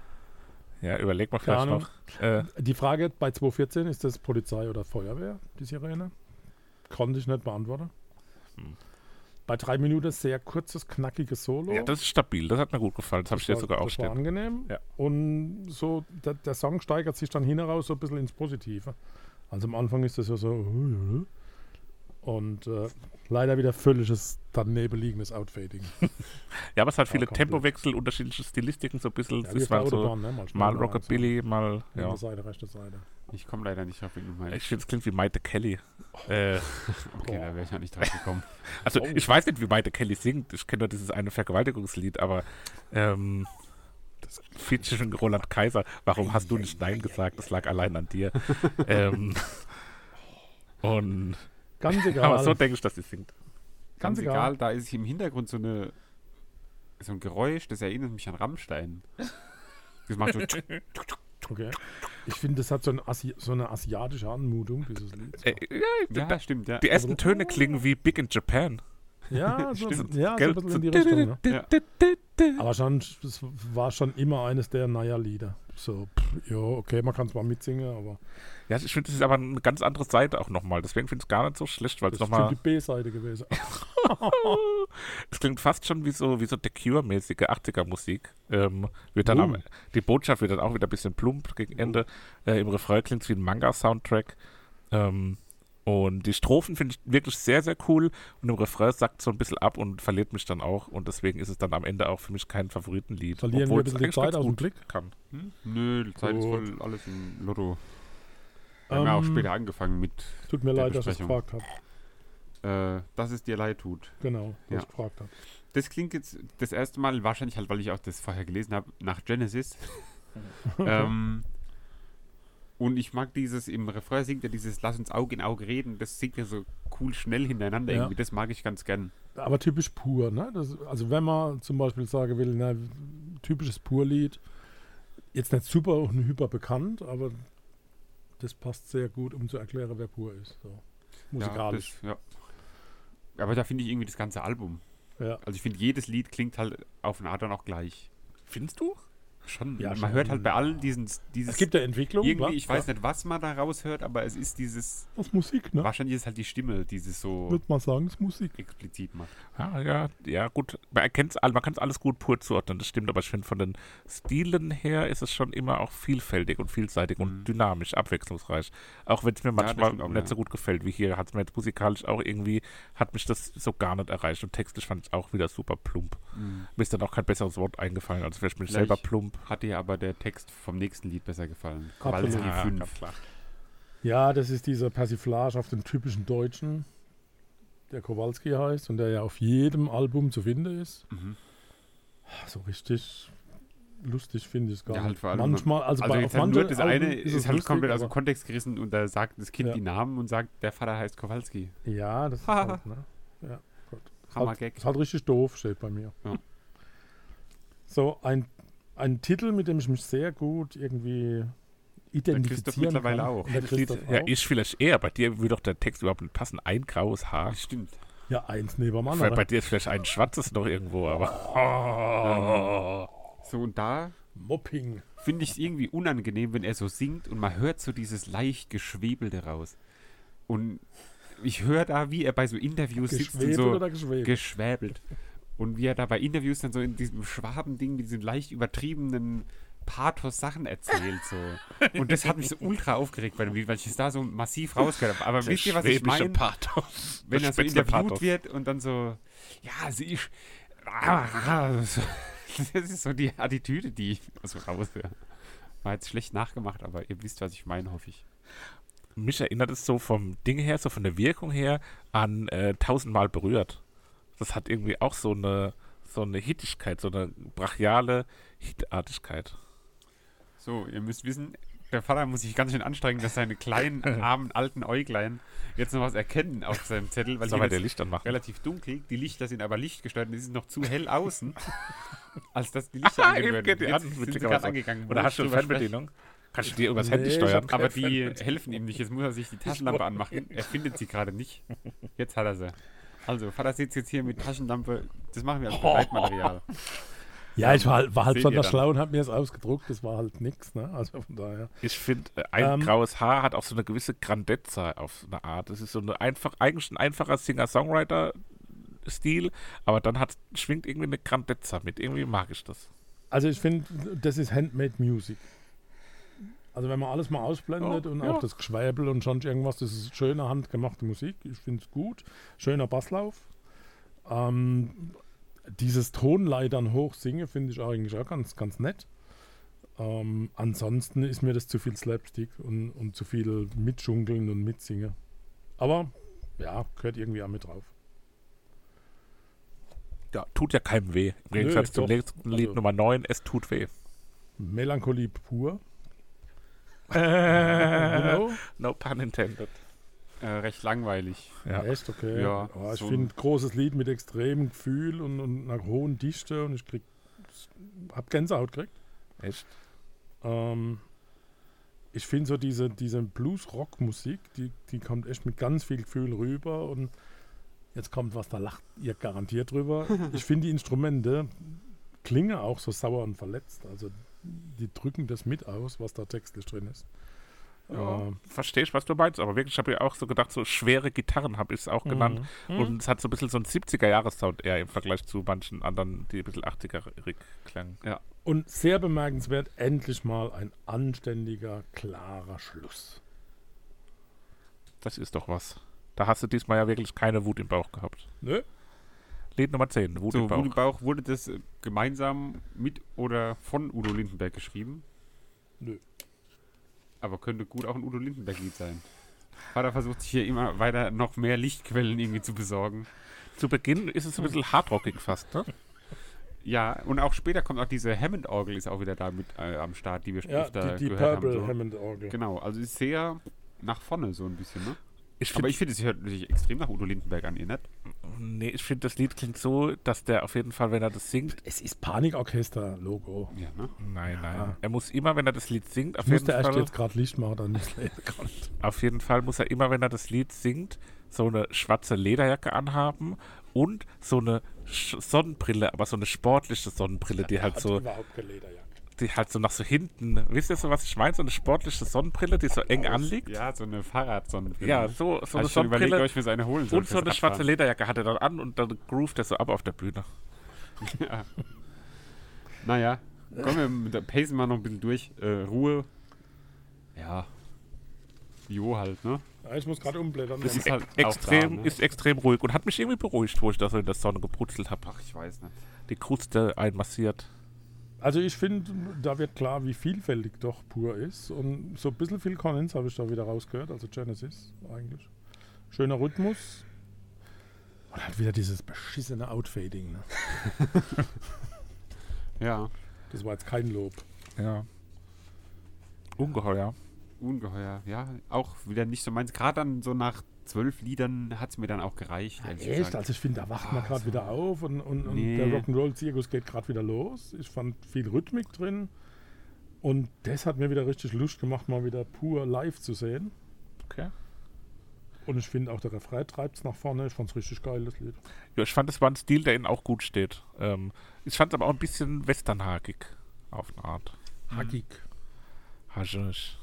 S1: Ja, überleg mal
S2: Keine
S1: vielleicht
S2: Ahnung.
S1: noch. Äh,
S2: Die Frage bei 214, ist das Polizei oder Feuerwehr, die Sirene? Konnte ich nicht beantworten.
S1: Hm.
S2: Bei drei Minuten sehr kurzes, knackiges Solo.
S1: ja, das ist stabil, das hat mir gut gefallen, das habe ich
S2: Das
S1: jetzt
S2: war-
S1: sogar auch
S2: das war
S1: stehen.
S2: angenehm.
S1: Ja.
S2: Und so, der, der Song steigert sich dann hin heraus so ein bisschen ins Positive. Also am Anfang ist das ja so. Und äh, leider wieder völliges daneben liegendes Outfading.
S1: Ja, aber es hat viele
S2: komplett.
S1: Tempowechsel, unterschiedliche Stilistiken, so ein bisschen.
S2: Ja, wie
S1: es
S2: auf der
S1: war so
S2: Autobahn, also, ne? Mal,
S1: mal
S2: Spur
S1: Rockabilly, mal.
S2: langsam.
S1: Ja.
S2: Linke Seite, rechte Seite.
S3: Ich komme leider nicht auf ihn.
S1: Ich finde, es klingt wie Maite Kelly.
S2: Oh.
S1: Äh,
S3: Okay, da wäre ich ja nicht drauf gekommen.
S1: also, ich weiß nicht, wie Maite Kelly singt. Ich kenne nur dieses eine Vergewaltigungslied, aber. Ähm, Featuring Roland Kaiser. Warum hast du nicht Nein gesagt? Das lag allein an dir. ähm, und.
S2: Ganz egal.
S1: Aber so denke ich, dass sie singt.
S3: Ganz
S2: Ganz egal.
S3: egal, da ist im Hintergrund so eine so ein Geräusch, das erinnert mich an Rammstein. Das macht so tschuk,
S2: okay. Ich finde, das hat so, ein Asi so eine asiatische Anmutung, dieses Lied.
S1: Äh, ja,
S3: Ja, stimmt, ja.
S1: die ersten
S2: Also,
S1: Töne klingen wie Big in Japan.
S2: Ja, so,
S1: Stimmt,
S2: Also, ja, so
S1: gell?
S2: ein bisschen
S1: So
S2: in die Richtung. Ne?
S3: Ja.
S2: Aber schon, es war schon immer eines der Naya-Lieder. So, pff, ja, okay, man kann es mal mitsingen, aber
S1: Ja, ich finde, das ist aber eine ganz andere Seite auch nochmal. Deswegen finde ich es gar nicht so schlecht, weil es
S2: das ist bestimmt die
S1: nochmal.
S2: B-Seite gewesen.
S1: Es klingt fast schon wie so, wie so The Cure-mäßige 80er-Musik. Ähm, wird dann
S2: Oh.
S1: am, die Botschaft wird dann auch wieder ein bisschen plump gegen Ende. Äh, Im Refrain klingt es wie ein Manga-Soundtrack. Ähm, und die Strophen finde ich wirklich sehr, sehr cool. Und im Refrain sackt so ein bisschen ab und verliert mich dann auch. Und deswegen ist es dann am Ende auch für mich kein Favoritenlied.
S2: Verlieren wir
S1: obwohl
S2: ein
S1: es
S2: bisschen die
S1: eigentlich
S2: Zeit
S1: ganz
S2: aus dem
S1: gut
S2: Blick.
S1: kann.
S3: Hm? Nö, die Zeit ist
S2: Gut.
S3: voll alles im Lotto. Wir haben ja auch
S2: Ähm,
S3: später angefangen mit,
S2: Tut mir
S3: Der
S2: leid, dass ich
S3: Besprechung.
S2: gefragt habe.
S3: äh, dass es dir leid tut.
S2: Genau, dass
S3: Ja.
S2: ich gefragt habe.
S3: Das klingt jetzt das erste Mal, wahrscheinlich halt, weil ich auch das vorher gelesen habe, nach Genesis. ähm, und ich mag dieses, im Refrain singt ja dieses Lass uns Auge in Auge reden, das singt ja so cool schnell hintereinander
S2: Ja.
S3: irgendwie, das mag ich ganz gern.
S2: Aber typisch pur, ne? Das, also wenn man zum Beispiel sagen will, na, typisches Pur-Lied, jetzt nicht super und hyper bekannt, aber das passt sehr gut, um zu erklären, wer pur ist. So. Musikalisch.
S3: Ja, das, ja. Aber da finde ich irgendwie das ganze Album.
S2: Ja.
S3: Also ich finde, jedes Lied klingt halt auf eine Art dann auch gleich.
S1: Findest du?
S3: Schon.
S2: Ja,
S3: man
S2: schon.
S3: hört halt bei allen diesen, dieses.
S2: Es gibt ja Entwicklung.
S3: irgendwie, ich
S2: klar,
S3: weiß nicht, was man da raushört, aber es ist dieses.
S2: klar. Das ist Musik, ne?
S3: Wahrscheinlich ist halt die Stimme, die es so
S2: Würde man sagen, das ist Musik.
S3: explizit macht.
S1: Ja, ja, ja, gut. Man erkennt's all, man kann es alles gut pur zuordnen, das stimmt, aber ich finde, von den Stilen her ist es schon immer auch vielfältig und vielseitig und dynamisch, abwechslungsreich. Auch wenn es mir
S3: das
S1: manchmal
S3: stimmt auch,
S1: nicht
S3: Mhm. ja.
S1: so gut gefällt, wie hier hat es mir jetzt musikalisch auch irgendwie, hat mich das so gar nicht erreicht und textlich fand ich auch wieder super plump. Mir ist dann auch kein besseres Wort eingefallen, also vielleicht bin ich
S3: Vielleicht-
S1: selber plump.
S3: Hat dir aber der Text vom nächsten Lied besser gefallen.
S2: Absolut.
S3: Kowalski
S1: Ja,
S3: 5.
S1: ganz klar.
S2: Ja, das ist dieser Persiflage auf den typischen Deutschen, der Kowalski heißt und der ja auf jedem Album zu finden ist.
S3: Mhm.
S2: So richtig lustig finde ich es gar
S3: Ja,
S2: nicht.
S3: halt vor allem-
S2: Manchmal, also,
S3: Also
S2: bei
S3: jetzt
S2: auf
S3: halt nur
S2: manchen
S3: das eine
S2: Alben
S3: ist,
S2: es
S3: halt
S2: lustig,
S3: komplett aus dem
S2: aber-
S3: Kontext gerissen und da sagt das Kind
S2: Ja.
S3: die Namen und sagt, der Vater heißt Kowalski.
S2: Ja, das ist
S3: Haha.
S2: halt, ne? Ja, Gott. Ist
S3: Hammergag.
S2: Halt, ist halt richtig doof, steht bei mir.
S3: Ja.
S2: So, ein, ein Titel, mit dem ich mich sehr gut irgendwie identifizieren
S3: Christoph mittlerweile
S2: kann.
S3: auch.
S2: Der
S1: Das Lied,
S2: Christoph
S1: ja,
S2: auch.
S1: ich vielleicht eher, bei dir würde doch der Text überhaupt nicht passen. Ein graues Haar.
S3: Stimmt.
S2: ja, eins neben dem
S1: Weil
S2: anderen.
S1: bei dir ist vielleicht ein schwarzes noch irgendwo, aber.
S3: So, und da
S2: Ah. Mopping.
S3: finde ich es irgendwie unangenehm, wenn er so singt und man hört so dieses leicht Geschwebelte raus. Und ich höre da, wie er bei so Interviews sitzt und
S2: Geschwebelt
S3: so
S2: oder geschwebelt?
S3: geschwäbelt. Und wie er da bei Interviews dann so in diesem Schwabending mit diesen leicht übertriebenen Pathos Sachen erzählt. So. Und das hat mich so ultra aufgeregt bei dem Lied, weil ich es da so massiv rausgehört habe. Aber wisst ihr, was ich meine?
S1: Pathos.
S3: Wenn er so
S1: Spitze
S3: interviewt
S1: Pathos.
S3: wird und dann so, ja, sie ist... Ah, ah, so. Das ist so die Attitüde, die ich so raushöre. War jetzt schlecht nachgemacht, aber ihr wisst, was ich meine, hoffe ich.
S1: Mich erinnert es so vom Ding her, so von der Wirkung her an äh, tausendmal berührt. Das hat irgendwie auch so eine, so eine Hittigkeit, so eine brachiale Hitartigkeit.
S3: So, ihr müsst wissen, der Vater muss sich ganz schön anstrengen, dass seine kleinen, armen, alten Äuglein jetzt noch was erkennen auf seinem Zettel, weil
S1: Soll mal der
S3: hier ist
S1: Licht anmachen.
S3: relativ dunkel, die Lichter sind aber lichtgestaltet, es ist noch zu hell außen, als dass die Lichter
S1: Ah,
S3: angehen
S1: eben
S3: würden.
S1: geht die
S3: Jetzt
S1: an,
S3: sind sie gerade
S1: witzigerweise.
S3: angegangen. wo
S1: Oder
S3: ich
S1: hast du eine
S3: drüber spreche.
S1: Fernbedienung? Kannst du dir übers
S2: Nee,
S1: Handy
S2: ich
S1: steuern?
S2: hab-
S3: Aber
S1: Keine
S3: die
S1: Fernbedienung.
S3: helfen ihm nicht. Jetzt muss er sich die Taschenlampe anmachen. Er findet sie gerade nicht. Jetzt hat er sie. Also, Vater sitzt jetzt hier mit Taschenlampe. Das machen wir
S1: Oh.
S3: als Begleitmaterial.
S2: Ja, ich war, halt- war halt
S3: Seht
S2: besonders
S3: ihr dann.
S2: schlau und habe mir das ausgedruckt. Das war halt nix, ne? Also von daher.
S1: Ich finde, äh, ein
S2: Ähm,
S1: graues Haar hat auch so eine gewisse Grandezza auf eine Art. Es ist so eine einfach, eigentlich ein einfacher Singer-Songwriter-Stil, aber dann hat, schwingt irgendwie eine Grandezza mit. Irgendwie mag ich das.
S2: Also ich finde, das ist Handmade Music. Also wenn man alles mal ausblendet
S3: Ja,
S2: und
S3: ja.
S2: auch das Geschwäbel und sonst irgendwas, das ist schöne handgemachte Musik. Ich finde es gut. Schöner Basslauf. Ähm, dieses Tonleitern hoch singen finde ich eigentlich auch ganz, ganz nett. Ähm, ansonsten ist mir das zu viel Slapstick und, und zu viel mitschunkeln und mitsingen. Aber ja, gehört irgendwie auch mit drauf.
S1: Ja, tut ja keinem weh. Im
S2: Nö,
S1: Gegensatz zum
S2: doch.
S1: nächsten Lied
S2: Also-
S1: Nummer 9, es tut weh.
S2: Melancholie pur.
S1: no
S2: Genau.
S1: pun intended.
S3: Äh, recht langweilig.
S1: Ja.
S2: Echt, okay.
S3: Ja,
S2: oh, ich
S3: so-
S2: finde großes Lied mit extremem Gefühl und, und einer hohen Dichte und ich krieg, hab Gänsehaut gekriegt.
S1: Echt?
S2: Ähm, ich finde so diese, diese Blues-Rock-Musik, die, die kommt echt mit ganz viel Gefühl rüber und jetzt kommt was, da lacht ihr garantiert drüber. ich finde die Instrumente klingen auch so sauer und verletzt. Also die drücken das mit aus, was da textlich drin ist.
S3: Ja.
S2: Ähm,
S1: Verstehe ich, was du meinst, aber wirklich, ich habe ja auch so gedacht, so schwere Gitarren habe ich es auch genannt. Und es hat so ein bisschen so einen 70er-Jahres-Sound eher im Vergleich zu manchen anderen, die ein bisschen 80er-rig klangen.
S2: Und sehr bemerkenswert, endlich mal ein anständiger, klarer Schluss.
S1: Das ist doch was. Da hast du diesmal ja wirklich keine Wut im Bauch gehabt.
S2: Nö?
S1: Lied Nummer 10, Wut
S3: So,
S1: im Bauch.
S3: Wut im Bauch wurde das äh, gemeinsam mit oder von Udo Lindenberg geschrieben.
S2: Nö.
S3: Aber könnte gut auch ein Udo Lindenberg-Lied sein. Vater versucht sich hier immer weiter noch mehr Lichtquellen irgendwie zu besorgen.
S1: Zu Beginn ist es ein bisschen hardrockig fast, ne?
S3: Ja, und auch später kommt auch diese Hammond-Orgel ist auch wieder da mit äh, am Start, die wir schon
S2: Ja,
S3: öfter
S2: die, die
S3: gehört
S2: Purple
S3: haben. So.
S2: Hammond Orgel.
S3: Genau, also ist sehr nach vorne so ein bisschen, ne?
S1: Ich
S3: Aber
S1: find-
S3: ich finde, es hört sich extrem nach Udo Lindenberg an, ihr nicht?
S1: Nee, ich finde, das Lied klingt so, dass der auf jeden Fall, wenn er das singt.
S2: Es ist Panikorchester-Logo.
S3: Ja, ne?
S1: Nein, nein.
S2: Ja.
S1: Er muss immer, wenn er das Lied singt, auf
S2: Ich
S1: jeden,
S2: musste erst
S1: Fall,
S2: jetzt gerade Licht machen, dann ist es bekannt.
S1: auf jeden Fall muss er immer, wenn er das Lied singt, so eine schwarze Lederjacke anhaben und so eine Sch Sonnenbrille, aber so eine sportliche Sonnenbrille, die halt so,
S2: überhaupt keine Lederjacke.
S1: die halt so nach so hinten. Wisst ihr so, was ich meine? So eine sportliche Sonnenbrille, die so eng anliegt.
S3: Ja, so eine Fahrradsonnenbrille.
S1: Ja, so, so
S3: Hab
S1: eine
S3: ich schon überlegt,
S1: Sonnenbrille.
S3: euch für seine holen soll
S1: Und so
S3: fürs
S1: eine schwarze
S3: Radfahren.
S1: Lederjacke hat er dann an und dann groovt er so ab auf der Bühne.
S3: Ja. Naja, kommen wir mit der Pacen mal noch ein bisschen durch. Äh, Ruhe. Ja. Jo halt, ne?
S2: Ja, ich muss gerade umblättern.
S3: Das
S2: Das
S3: ist halt auch
S1: extrem,
S3: da, ne?
S1: ist extrem ruhig und hat mich irgendwie beruhigt, wo ich da so in der Sonne gebrutzelt habe.
S3: Ach, ich weiß nicht.
S1: Die Kruste einmassiert.
S2: also ich finde, da wird klar, wie vielfältig doch pur ist. Und so ein bisschen viel Collins habe ich da wieder rausgehört, also Genesis eigentlich. Schöner Rhythmus. Und halt wieder dieses beschissene Outfading. Ne?
S3: Ja,
S2: Das war jetzt kein Lob.
S1: Ja. Ungeheuer.
S3: ungeheuer. Ja, auch wieder nicht so meins. Gerade dann so nach zwölf Liedern hat es mir dann auch gereicht. ehrlich gesagt.
S2: Also ich finde, da wacht man
S3: Ah,
S2: gerade wieder auf und, und, und
S3: Nee.
S2: der Rock'n'Roll-Zirkus geht gerade wieder los. Ich fand viel Rhythmik drin. Und das hat mir wieder richtig Lust gemacht, mal wieder pur live zu sehen.
S1: Okay.
S2: Und ich finde auch der Refrain treibt es nach vorne. Ich fand's richtig geil, das Lied.
S3: Mhm.
S1: Ja, ich fand, es war ein Stil, der ihnen auch gut steht. Ähm, ich fand es aber auch ein bisschen westernhakig auf eine Art.
S2: Hackig.
S1: Haschisch.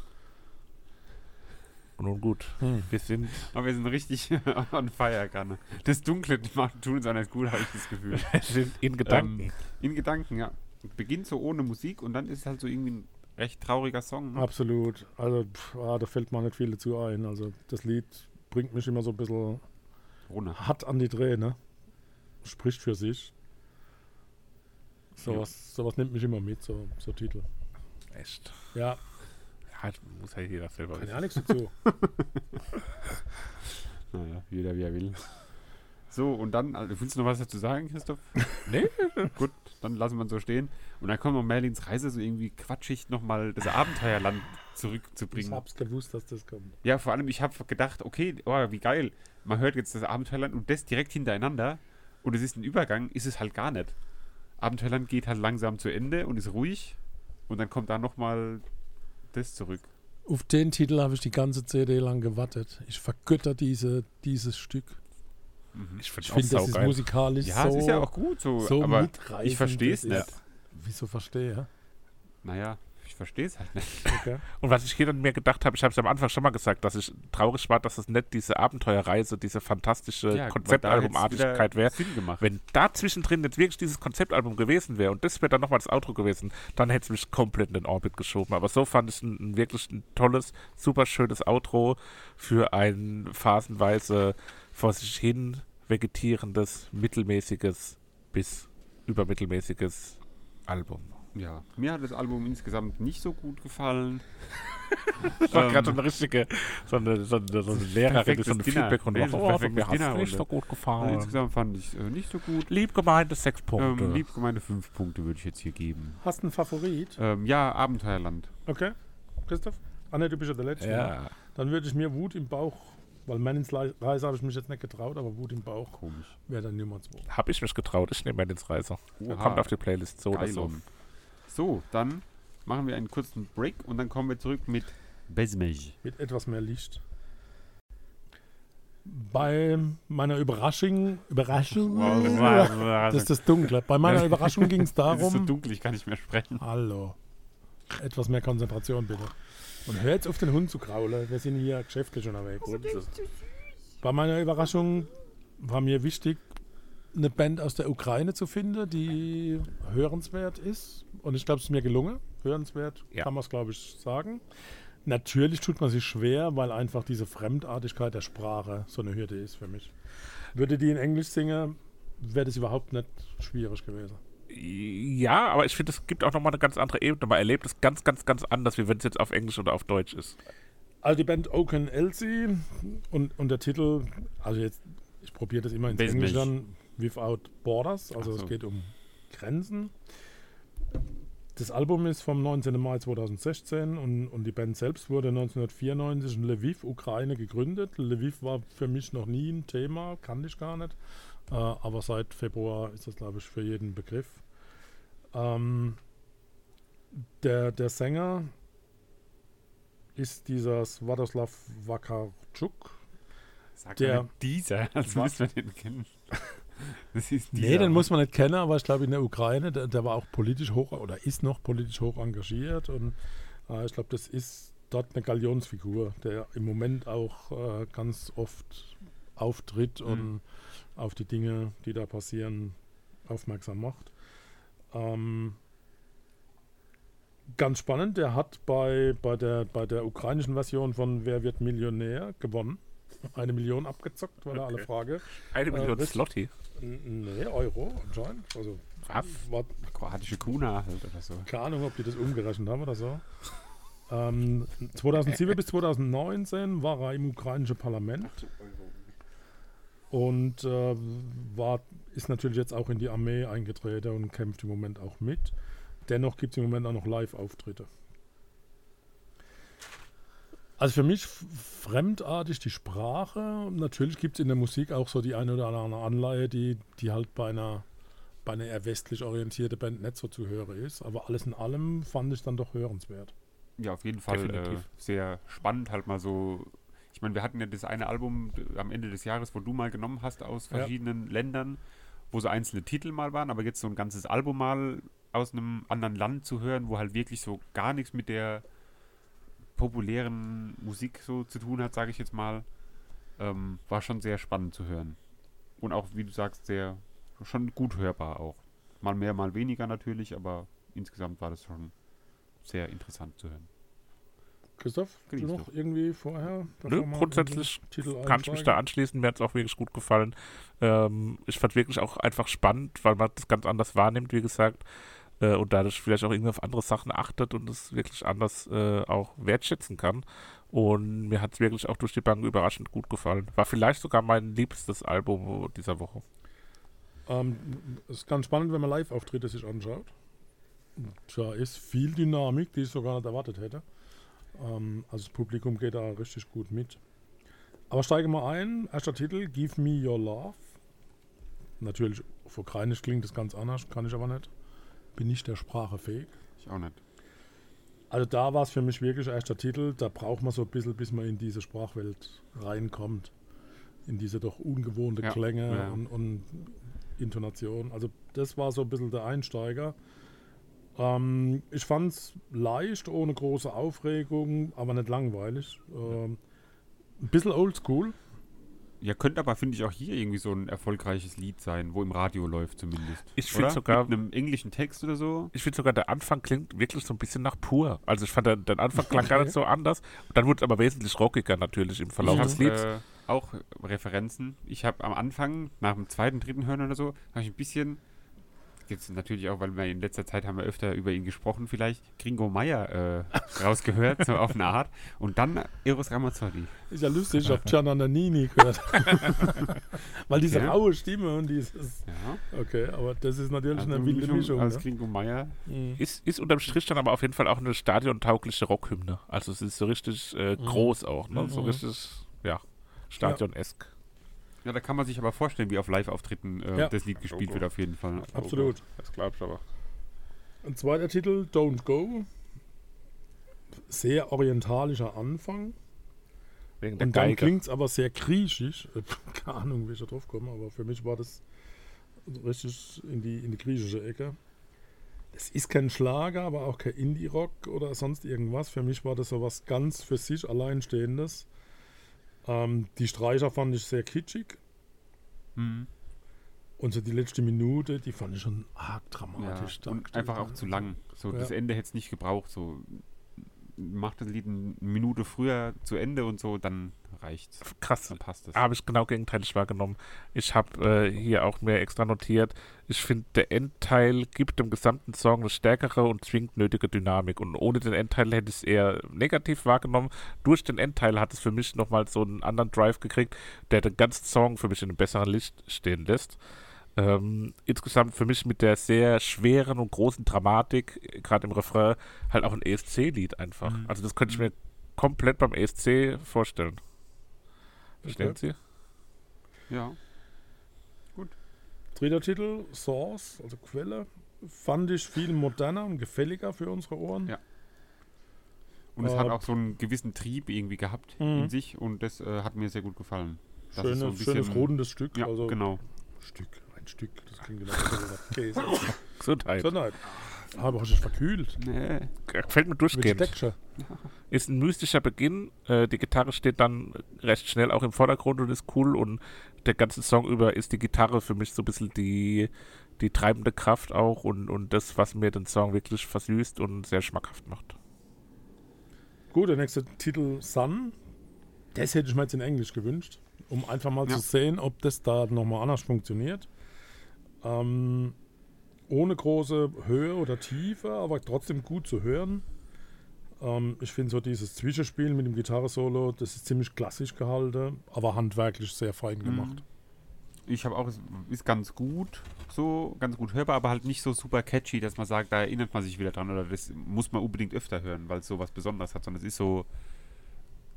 S1: Nun gut, wir sind.
S3: Aber wir sind richtig on fire gerade. Das Dunkle macht, tun uns auch nicht gut, habe ich das Gefühl.
S1: Wir sind in Gedanken.
S3: Ähm, in Gedanken, ja. Beginnt so ohne Musik und dann ist es halt so irgendwie ein recht trauriger Song. Ne?
S2: Absolut. Also pff, ah, da fällt mir nicht viel dazu ein. Also das Lied bringt mich immer so ein bisschen
S3: Runter.
S2: hart an die Träne. Spricht für sich. Sowas sowas nimmt mich immer mit, so, so Titel.
S1: Echt.
S2: Ja,
S1: Ja, das muss ja jeder selber
S2: kann
S1: wissen.
S2: ja nichts dazu.
S3: Naja, jeder wie er will. So, und dann, also, willst du noch was dazu sagen, Christoph?
S1: Nee.
S3: Gut, dann lassen wir ihn so stehen. Und dann kommt noch Merlins Reise, so irgendwie quatschig nochmal das Abenteuerland
S2: Ich
S3: zurückzubringen.
S2: hab's gewusst, dass das kommt.
S3: Ja, vor allem, ich habe gedacht, okay, oh, wie geil. Man hört jetzt das Abenteuerland und das direkt hintereinander. Und es ist ein Übergang, ist es halt gar nicht. Abenteuerland geht halt langsam zu Ende und ist ruhig. Und dann kommt da nochmal das zurück.
S4: Auf den Titel habe ich die ganze CD lang gewartet. Ich vergötter diese, dieses Stück.
S1: Ich
S4: Ich
S1: finde
S4: finde,
S1: es auch
S4: das ist
S1: saugeil.
S4: musikalisch
S3: Ja,
S4: so,
S3: es ist ja auch gut so.
S4: so
S3: aber
S4: mitreißend.
S3: ich verstehe es
S4: Das
S3: nicht.
S4: ist- Wieso verstehe?
S3: Naja, ich verstehe es halt nicht.
S2: Okay.
S1: Und was ich hier dann mir gedacht habe, ich habe es am Anfang schon mal gesagt, dass ich traurig war, dass es nicht diese Abenteuerreise, diese fantastische
S3: Ja, weil da hätt's
S1: Konzeptalbumartigkeit
S3: wieder
S1: wäre.
S3: Sinn gemacht.
S1: Wenn da zwischendrin jetzt wirklich dieses Konzeptalbum gewesen wäre und das wäre dann nochmal das Outro gewesen, dann hätte es mich komplett in den Orbit geschoben. Aber so fand ich ein, ein wirklich ein tolles, super schönes Outro für ein phasenweise vor sich hin vegetierendes, mittelmäßiges bis übermittelmäßiges Album.
S3: ja, mir hat das Album insgesamt nicht so gut gefallen.
S1: Das war
S3: Ähm,
S1: gerade so eine richtige, so eine, so eine, so eine Lehrerin, die so eine
S3: perfektes Dinner.
S1: Feedbackrunde
S3: Nee,
S1: macht.
S3: das ist
S1: Oh, von
S3: perfektes
S1: mir hat es
S3: Dinner
S1: nicht
S3: und-
S1: so gut
S3: Also
S1: gefallen.
S3: insgesamt fand ich es äh, nicht so gut.
S1: Lieb gemeinte sechs Punkte.
S3: Ähm, lieb gemeinte fünf Punkte würde ich jetzt hier geben.
S2: Hast du einen Favorit?
S3: Ähm, ja, Abenteuerland.
S2: Okay. Christoph? Ah, ne, du bist ja der Letzte. ne?
S1: ja.
S2: Dann würde ich mir Wut im Bauch, weil Man ins Leis Reise habe ich mich jetzt nicht getraut, aber Wut im Bauch
S3: Komisch.
S2: wäre dann Nummer 2.
S1: Hab ich mich getraut. Ich nehme ins Reiser.
S3: Oha.
S1: Kommt auf die Playlist so oder
S3: Geil.
S1: so.
S3: So, dann machen wir einen kurzen Break und dann kommen wir zurück mit Besmej.
S2: Mit etwas mehr Licht. Bei meiner Überraschung, Überraschung, das ist
S3: Das
S2: das Dunkle. Bei meiner Überraschung ging es
S3: Also ist so
S2: darum,
S3: dunkel, ich kann nicht mehr sprechen.
S2: hallo, etwas mehr Konzentration bitte. Und hör jetzt auf, den Hund zu kraulen. Wir sind hier geschäftlich unterwegs. Bei meiner Überraschung war mir wichtig, eine Band aus der Ukraine zu finden, die hörenswert ist. Und ich glaube, es ist mir gelungen. Hörenswert
S1: Ja.
S2: kann man es, glaube ich, sagen. Natürlich tut man sich schwer, weil einfach diese Fremdartigkeit der Sprache so eine Hürde ist für mich. Würde die in Englisch singen, wäre das überhaupt nicht schwierig gewesen.
S1: Ja, aber ich finde, es gibt auch nochmal eine ganz andere Ebene. Man erlebt es ganz, ganz, ganz anders, wie wenn es jetzt auf Englisch oder auf Deutsch ist.
S2: Also die Band Oaken Elsie und, und der Titel, also jetzt, ich probiere das immer ins
S3: Wesentlich.
S2: Englisch dann, Without Borders, also
S3: Ach
S2: es
S3: so.
S2: geht um Grenzen. Das Album ist vom 19. Mai 2016 und, und die Band selbst wurde 1994 in Lviv, Ukraine gegründet. Lviv war für mich noch nie ein Thema, kannte ich gar nicht. Äh, aber seit Februar ist das, glaube ich, für jeden Begriff. Ähm, der, der Sänger ist dieser Swadoslav Wakarczuk.
S3: Sagt
S2: Der-
S3: man nicht dieser, als müssen wir den kennen. Das ist dieser.
S4: Nee, den muss
S2: man nicht kennen, aber ich glaube in der Ukraine, der, der war auch politisch hoch oder ist noch politisch hoch engagiert und äh, ich glaube, das ist dort eine Galionsfigur, der im Moment auch äh, ganz oft auftritt und auf die Dinge, die da passieren, aufmerksam macht. Ähm, ganz spannend, der hat bei, bei, der, bei der ukrainischen Version von Wer wird Millionär gewonnen. Eine Million abgezockt, war da alle
S1: Okay.
S2: Frage.
S1: Eine Million
S2: das-
S1: Slotty.
S2: N- Nee, Euro anscheinend. Also,
S1: Was?
S2: war,
S3: Kroatische Kuna halt oder so.
S2: keine Ahnung, ob die das umgerechnet haben oder so. Ähm, 2007 bis 2019 war er im ukrainischen Parlament und äh, war, ist natürlich jetzt auch in die Armee eingetreten und kämpft im Moment auch mit. Dennoch gibt es im Moment auch noch Live-Auftritte. Also für mich f- fremdartig die Sprache. Und Natürlich gibt es in der Musik auch so die eine oder andere Anleihe, die, die halt bei einer, bei einer eher westlich orientierten Band nicht so zu hören ist. Aber alles in allem fand ich dann doch hörenswert.
S3: Ja, auf jeden Fall äh,
S1: Definitiv.
S3: sehr spannend halt mal so. Ich meine, wir hatten ja das eine Album d- am Ende des Jahres, wo du mal genommen hast aus
S2: Ja.
S3: verschiedenen Ländern, wo so einzelne Titel mal waren, aber jetzt so ein ganzes Album mal aus einem anderen Land zu hören, wo halt wirklich so gar nichts mit der populären Musik so zu tun hat, sage ich jetzt mal, ähm, war schon sehr spannend zu hören. Und auch, wie du sagst, sehr schon gut hörbar auch. Mal mehr, mal weniger natürlich, aber insgesamt war das schon sehr interessant zu hören.
S2: Christoph, du
S3: Genießt
S2: noch irgendwie vorher?
S1: Nö,
S2: davor mal
S1: Ne, grundsätzlich
S2: irgendwie Titel
S1: kann ich mich da
S2: einsteigen?
S1: anschließen. Mir hat es auch wirklich gut gefallen. Ähm, ich fand wirklich auch einfach spannend, weil man das ganz anders wahrnimmt, wie gesagt. Äh, und dadurch vielleicht auch irgendwie auf andere Sachen achtet und es wirklich anders äh, auch wertschätzen kann. Und mir hat es wirklich auch durch die Bank überraschend gut gefallen. War vielleicht sogar mein liebstes Album dieser Woche.
S2: Ähm, es ist ganz spannend, wenn man Live-Auftritte sich anschaut. Da ist viel Dynamik, die ich sogar nicht erwartet hätte. Ähm, also das Publikum geht da richtig gut mit. Aber steige mal ein. Erster Titel, Give Me Your Love. Natürlich, auf Ukrainisch klingt das ganz anders, kann ich aber nicht. Bin nicht der Sprache fähig.
S3: Ich auch nicht.
S2: Also da war es für mich wirklich erster Titel. Da braucht man so ein bisschen, bis man in diese Sprachwelt reinkommt. In diese doch ungewohnte
S3: Ja,
S2: Klänge
S3: ja.
S2: Und, und Intonation. Also das war so ein bisschen der Einsteiger. Ähm, ich fand es leicht, ohne große Aufregung, aber nicht langweilig. Ähm, ein bisschen oldschool.
S3: Ja, könnte aber, finde ich, auch hier irgendwie so ein erfolgreiches Lied sein, wo im Radio läuft zumindest.
S1: Ich finde
S3: Oder?
S1: sogar-
S3: Mit einem englischen Text oder so.
S1: Ich finde sogar, der Anfang klingt wirklich so ein bisschen nach pur. Also ich fand, der, der Anfang klang gar nicht so anders. Und dann wurde es aber wesentlich rockiger natürlich im Verlauf
S3: ich
S1: des
S3: hab,
S1: Lieds.
S3: Äh, auch Referenzen. Ich habe am Anfang, nach dem zweiten, dritten Hören oder so, habe ich ein bisschen, jetzt natürlich auch, weil wir in letzter Zeit haben wir öfter über ihn gesprochen, vielleicht Gringo Meier äh, rausgehört, so auf eine Art. Und dann Eros Ramazzotti.
S4: Ist ja lustig, ich habe Giannanini gehört.
S2: Weil diese
S3: Ja.
S2: raue Stimme und dieses.
S3: Ja.
S2: Okay, aber das ist natürlich
S3: Also
S2: eine wilde Mischung.
S3: aus
S2: ne? Mhm.
S3: Gringo Meier.
S1: Ist, ist unterm Strich dann aber auf jeden Fall auch eine stadiontaugliche Rockhymne. Also es ist so richtig äh,
S2: Mhm.
S1: groß auch, ne? So richtig, ja, stadion-esk.
S3: Ja, da kann man sich aber vorstellen, wie auf Live-Auftritten äh,
S2: Ja.
S3: das Lied gespielt wird, auf jeden Fall.
S2: Absolut.
S1: Das glaube ich aber.
S2: Ein zweiter Titel, Don't Go. Sehr orientalischer Anfang.
S1: Wegen der
S2: Und dann
S1: Geige.
S2: klingt es aber sehr griechisch. Keine Ahnung, wie ich da drauf komme, aber für mich war das richtig in die, in die griechische Ecke. Es ist kein Schlager, aber auch kein Indie-Rock oder sonst irgendwas. Für mich war das so was ganz für sich Alleinstehendes. Ähm, die Streicher fand ich sehr kitschig.
S3: Mhm.
S2: Und so die letzte Minute, die fand ich schon arg
S3: Ja.
S2: dramatisch.
S3: Und
S2: dargestellt.
S3: einfach auch zu lang. So,
S2: Ja.
S3: das Ende hätte es nicht gebraucht. So, mach das Lied eine Minute früher zu Ende und so, dann reicht's.
S1: Krass,
S3: Dann passt es.
S1: habe ich genau gegenteilig wahrgenommen. Ich habe äh, hier auch mehr extra notiert. Ich finde, der Endteil gibt dem gesamten Song eine stärkere und zwingend nötige Dynamik. Und ohne den Endteil hätte ich es eher negativ wahrgenommen. Durch den Endteil hat es für mich nochmal so einen anderen Drive gekriegt, der den ganzen Song für mich in einem besseren Licht stehen lässt. Ähm, insgesamt für mich mit der sehr schweren und großen Dramatik, äh, gerade im Refrain, halt auch ein ESC-Lied einfach. Also das könnte ich mir komplett beim ESC vorstellen. Verstehen Sie?
S3: Ja.
S2: Dritter Titel, Source, also Quelle, fand ich viel moderner und gefälliger für unsere Ohren.
S3: Ja. Und es
S2: Äh,
S3: hat auch so einen gewissen Trieb irgendwie gehabt
S2: Mhm.
S3: in sich und das äh, hat mir sehr gut gefallen. Das
S2: Schönes,
S3: ist so ein
S2: schönes
S3: bisschen-
S2: rundes Stück.
S3: Ja,
S2: also
S3: genau.
S2: Stück, ein Stück. Das klingt genau so. Käse.
S1: Gesundheit.
S2: Gesundheit. Aber hast du dich verkühlt?
S3: Nee.
S1: Fällt Äh, mir
S2: Mit der
S1: durchgehend.
S2: Decksche.
S1: Ist ein mystischer Beginn. Äh, die Gitarre steht dann recht schnell auch im Vordergrund und ist cool. Und der ganze Song über ist die Gitarre für mich so ein bisschen die, die treibende Kraft auch und, und das, was mir den Song wirklich versüßt und sehr schmackhaft macht.
S2: Gut, der nächste Titel, Sun. Das hätte ich mir jetzt in Englisch gewünscht, um einfach mal
S3: Ja.
S2: zu sehen, ob das da nochmal anders funktioniert. Ähm, ohne große Höhe oder Tiefe, aber trotzdem gut zu hören. Ähm, ich finde so dieses Zwischenspiel mit dem Gitarre-Solo, das ist ziemlich klassisch gehalten, aber handwerklich sehr
S3: Mhm.
S2: fein gemacht.
S3: Ich habe auch, es ist ganz gut, so ganz gut hörbar, aber halt nicht so super catchy, dass man sagt, da erinnert man sich wieder dran oder das muss man unbedingt öfter hören, weil es so was Besonderes hat, sondern es ist so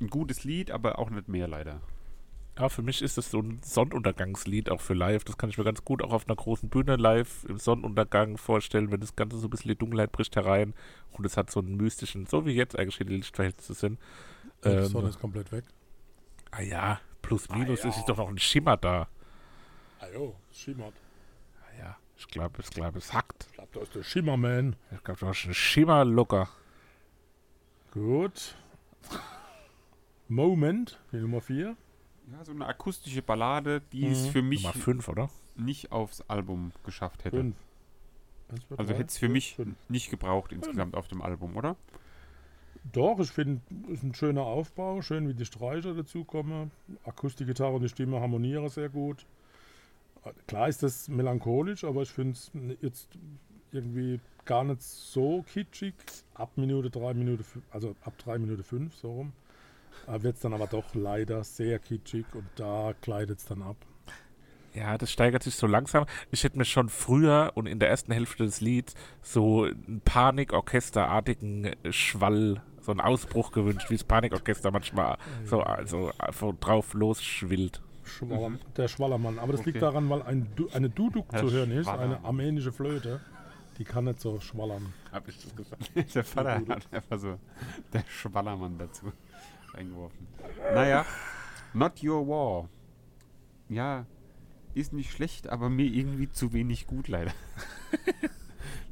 S3: ein gutes Lied, aber auch nicht mehr leider.
S1: Ja, für mich ist das so ein Sonnenuntergangslied auch für live. Das kann ich mir ganz gut auch auf einer großen Bühne live im Sonnenuntergang vorstellen, wenn das Ganze so ein bisschen die Dunkelheit bricht herein und es hat so einen mystischen, so wie jetzt eigentlich hier die Lichtverhältnisse sind.
S4: Die
S1: Ähm,
S4: Sonne ist komplett weg.
S1: ah ja, plus minus es ist doch noch ein Schimmer da.
S2: Ah jo, schimmert.
S1: Ah ja, ich glaube, ich glaube, es hackt.
S2: Ich glaube, da ist der Schimmerman.
S1: Ich glaube, du hast einen Schimmer locker.
S2: Gut. Moment, die Nummer 4.
S3: Ja, so eine akustische Ballade, die es für mich
S1: Nummer 5, oder?
S3: nicht aufs Album geschafft hätte.
S2: Fünf.
S3: Also hätte es für mich
S2: Fünf.
S3: nicht gebraucht insgesamt auf dem Album, oder?
S2: Doch, ich finde, ist ein schöner Aufbau, schön wie die Streicher dazukommen. Akustikgitarre und die Stimme harmonieren sehr gut. Klar ist das melancholisch, aber ich finde es jetzt irgendwie gar nicht so kitschig. Ab Minute drei Minute, fü- also ab drei Minute fünf so rum, wird es dann aber doch leider sehr kitschig und da kleidet es dann ab.
S1: Ja, das steigert sich so langsam. Ich hätte mir schon früher und in der ersten Hälfte des Lieds so einen Panikorchesterartigen äh, Schwall, so einen Ausbruch gewünscht, wie das Panikorchester manchmal so also einfach drauf losschwillt.
S2: Schwallam, Der Schwallermann. Aber das liegt
S3: Okay.
S2: daran, weil ein du, eine Duduk
S3: Der
S2: zu hören ist, eine
S3: Schwallermann.
S2: armenische Flöte. Die kann nicht so schwallern.
S1: Hab ich das gesagt?
S3: Der Vater hat einfach so der Schwallermann dazu eingeworfen. Naja, Not Your War. Ja, ist nicht schlecht, aber mir irgendwie zu wenig gut leider.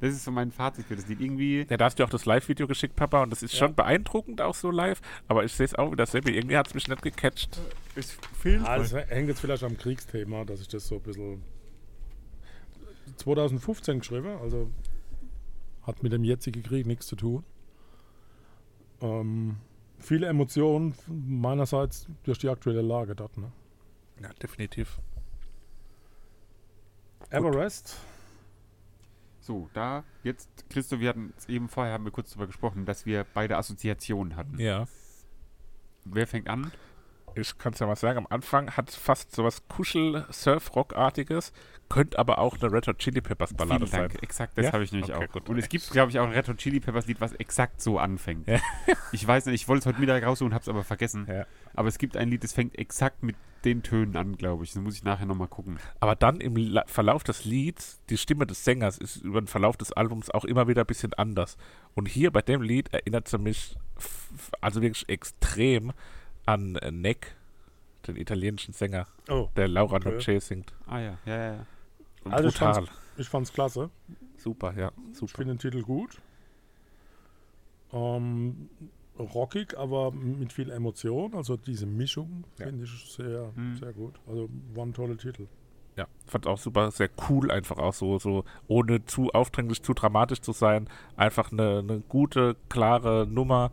S3: Das ist so mein Fazit für das Lied. Irgendwie,
S1: Ja, da hast du auch das Live-Video geschickt, Papa, und das ist schon beeindruckend auch so live, aber ich sehe es auch wieder selber. Irgendwie hat es mich nicht gecatcht.
S3: es filmt
S2: Also hängt jetzt vielleicht am Kriegsthema, dass ich das so ein bisschen 2015 geschrieben, also hat mit dem jetzigen Krieg nichts zu tun. Ähm, viele Emotionen meinerseits durch die aktuelle Lage dort. Ne?
S1: Ja, definitiv.
S2: Everest,
S3: So, da jetzt, Christo, wir hatten es eben vorher, haben wir kurz darüber gesprochen, dass wir beide Assoziationen hatten.
S1: Ja.
S3: Wer fängt an?
S1: Ich kann es ja mal sagen, am Anfang hat es fast sowas Kuschel-Surf-Rock-artiges, könnte aber auch eine Red Hot Chili Peppers Ballade
S3: Vielen Dank.
S1: sein.
S3: Exakt, das
S1: Ja?
S3: habe ich nämlich
S1: Okay,
S3: auch.
S1: gut.
S3: Und es gibt, glaube ich, auch ein Red Hot Chili Peppers Lied, was exakt so anfängt.
S1: Ja.
S3: Ich weiß nicht, ich wollte es heute Mittag raussuchen, habe es aber vergessen.
S1: Ja.
S3: Aber es gibt ein Lied, das fängt exakt mit den Tönen an, glaube ich. Das muss ich nachher nochmal gucken.
S1: Aber dann im La Verlauf des Lieds, die Stimme des Sängers ist über den Verlauf des Albums auch immer wieder ein bisschen anders. Und hier bei dem Lied erinnert sie mich f- f- also wirklich extrem an äh, Neck, den italienischen Sänger,
S2: Oh.
S1: der Laura
S2: Okay.
S1: Noce singt.
S3: Ah ja, ja, ja. ja.
S1: Und
S2: Also ich
S1: brutal.
S2: ich fand's klasse.
S1: Super, ja.
S2: Ich
S1: Super.
S2: finde den Titel gut. Ähm, rockig, aber mit viel Emotion. Also diese Mischung
S1: Ja.
S2: finde ich sehr,
S3: Mhm.
S2: sehr gut. Also war ein toller Titel.
S1: Ja, fand auch super, sehr cool einfach auch so, so ohne zu aufdringlich, zu dramatisch zu sein. Einfach eine, eine gute, klare Nummer,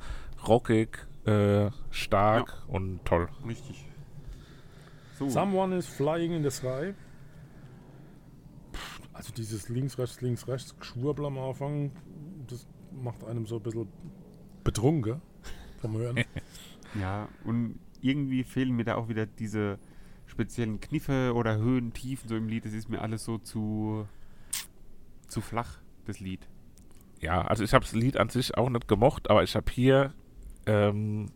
S1: rockig, äh, stark und toll.
S3: Richtig. So,
S2: Someone is flying in the sky. Pff, Also dieses links, rechts, links, rechts Geschwurbel am Anfang, das macht einem so ein bisschen betrunken vom Hören.
S3: Ja, und irgendwie fehlen mir da auch wieder diese speziellen Kniffe oder Höhen, Tiefen so im Lied. Das ist mir alles so zu, zu flach, das Lied.
S1: Ja, also ich habe das Lied an sich auch nicht gemocht, aber ich habe hier ähm,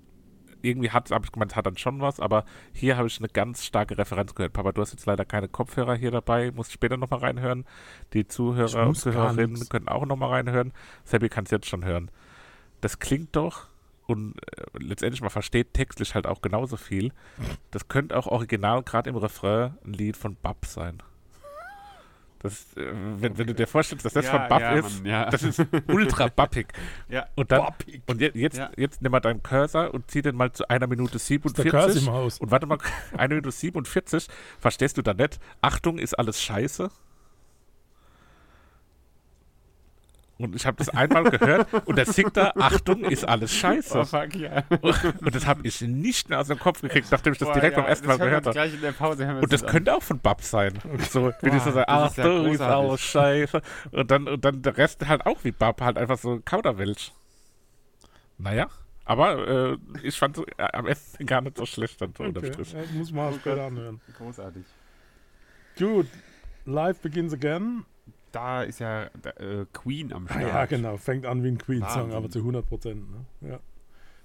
S1: irgendwie hat es, ich gemeint, es hat dann schon was, aber hier habe ich eine ganz starke Referenz gehört. Papa, du hast jetzt leider keine Kopfhörer hier dabei, musst später nochmal reinhören. Die
S2: Ich
S1: Zuhörer und
S2: muss gar
S1: Zuhörerinnen
S2: nichts.
S1: können auch nochmal reinhören. Seppi kann es jetzt schon hören. Das klingt doch und äh, letztendlich man versteht textlich halt auch genauso viel. Das könnte auch original, gerade im Refrain, ein Lied von Bab sein. Das, äh, wenn, wenn du dir vorstellst, dass das von Bab
S3: ja,
S1: ist,
S3: Mann, ja.
S1: das ist ultra bappig.
S3: Ja.
S1: Und dann, und je- jetzt,
S3: Ja.
S1: jetzt nimm mal deinen Cursor und zieh den mal zu einer Minute
S2: Der Curse
S1: 47.
S2: im Haus.
S1: Und warte mal, eine Minute 47, verstehst du da nicht? Achtung, ist alles scheiße. Und ich habe das einmal gehört und der singt da, Achtung, ist alles scheiße.
S3: fuck, ja.
S1: Und das habe ich nicht mehr aus dem Kopf gekriegt, nachdem ich das direkt beim ersten Mal gehört habe.
S3: Gleich in der Pause hören wir
S1: Und das
S3: an.
S1: könnte auch von Bab sein. So, wie die so sagen,
S3: Wow, das ist ja
S1: Achtung, ist
S3: großartig.
S1: alles scheiße. Und dann, und dann der Rest halt auch wie Bab, halt einfach so Kauderwelsch. Naja, aber äh, ich fand es am Ende gar nicht so schlecht dann so unterm
S2: Okay.
S1: Strich.
S2: Ja, muss man später anhören.
S3: großartig.
S2: Gut, Life begins again.
S3: Da ist ja äh, Queen am
S1: Ah,
S3: Start.
S2: Ja, genau. Fängt an wie ein Queen-Song,
S3: Wahnsinn.
S2: aber zu 100 Prozent. Ne? Ja.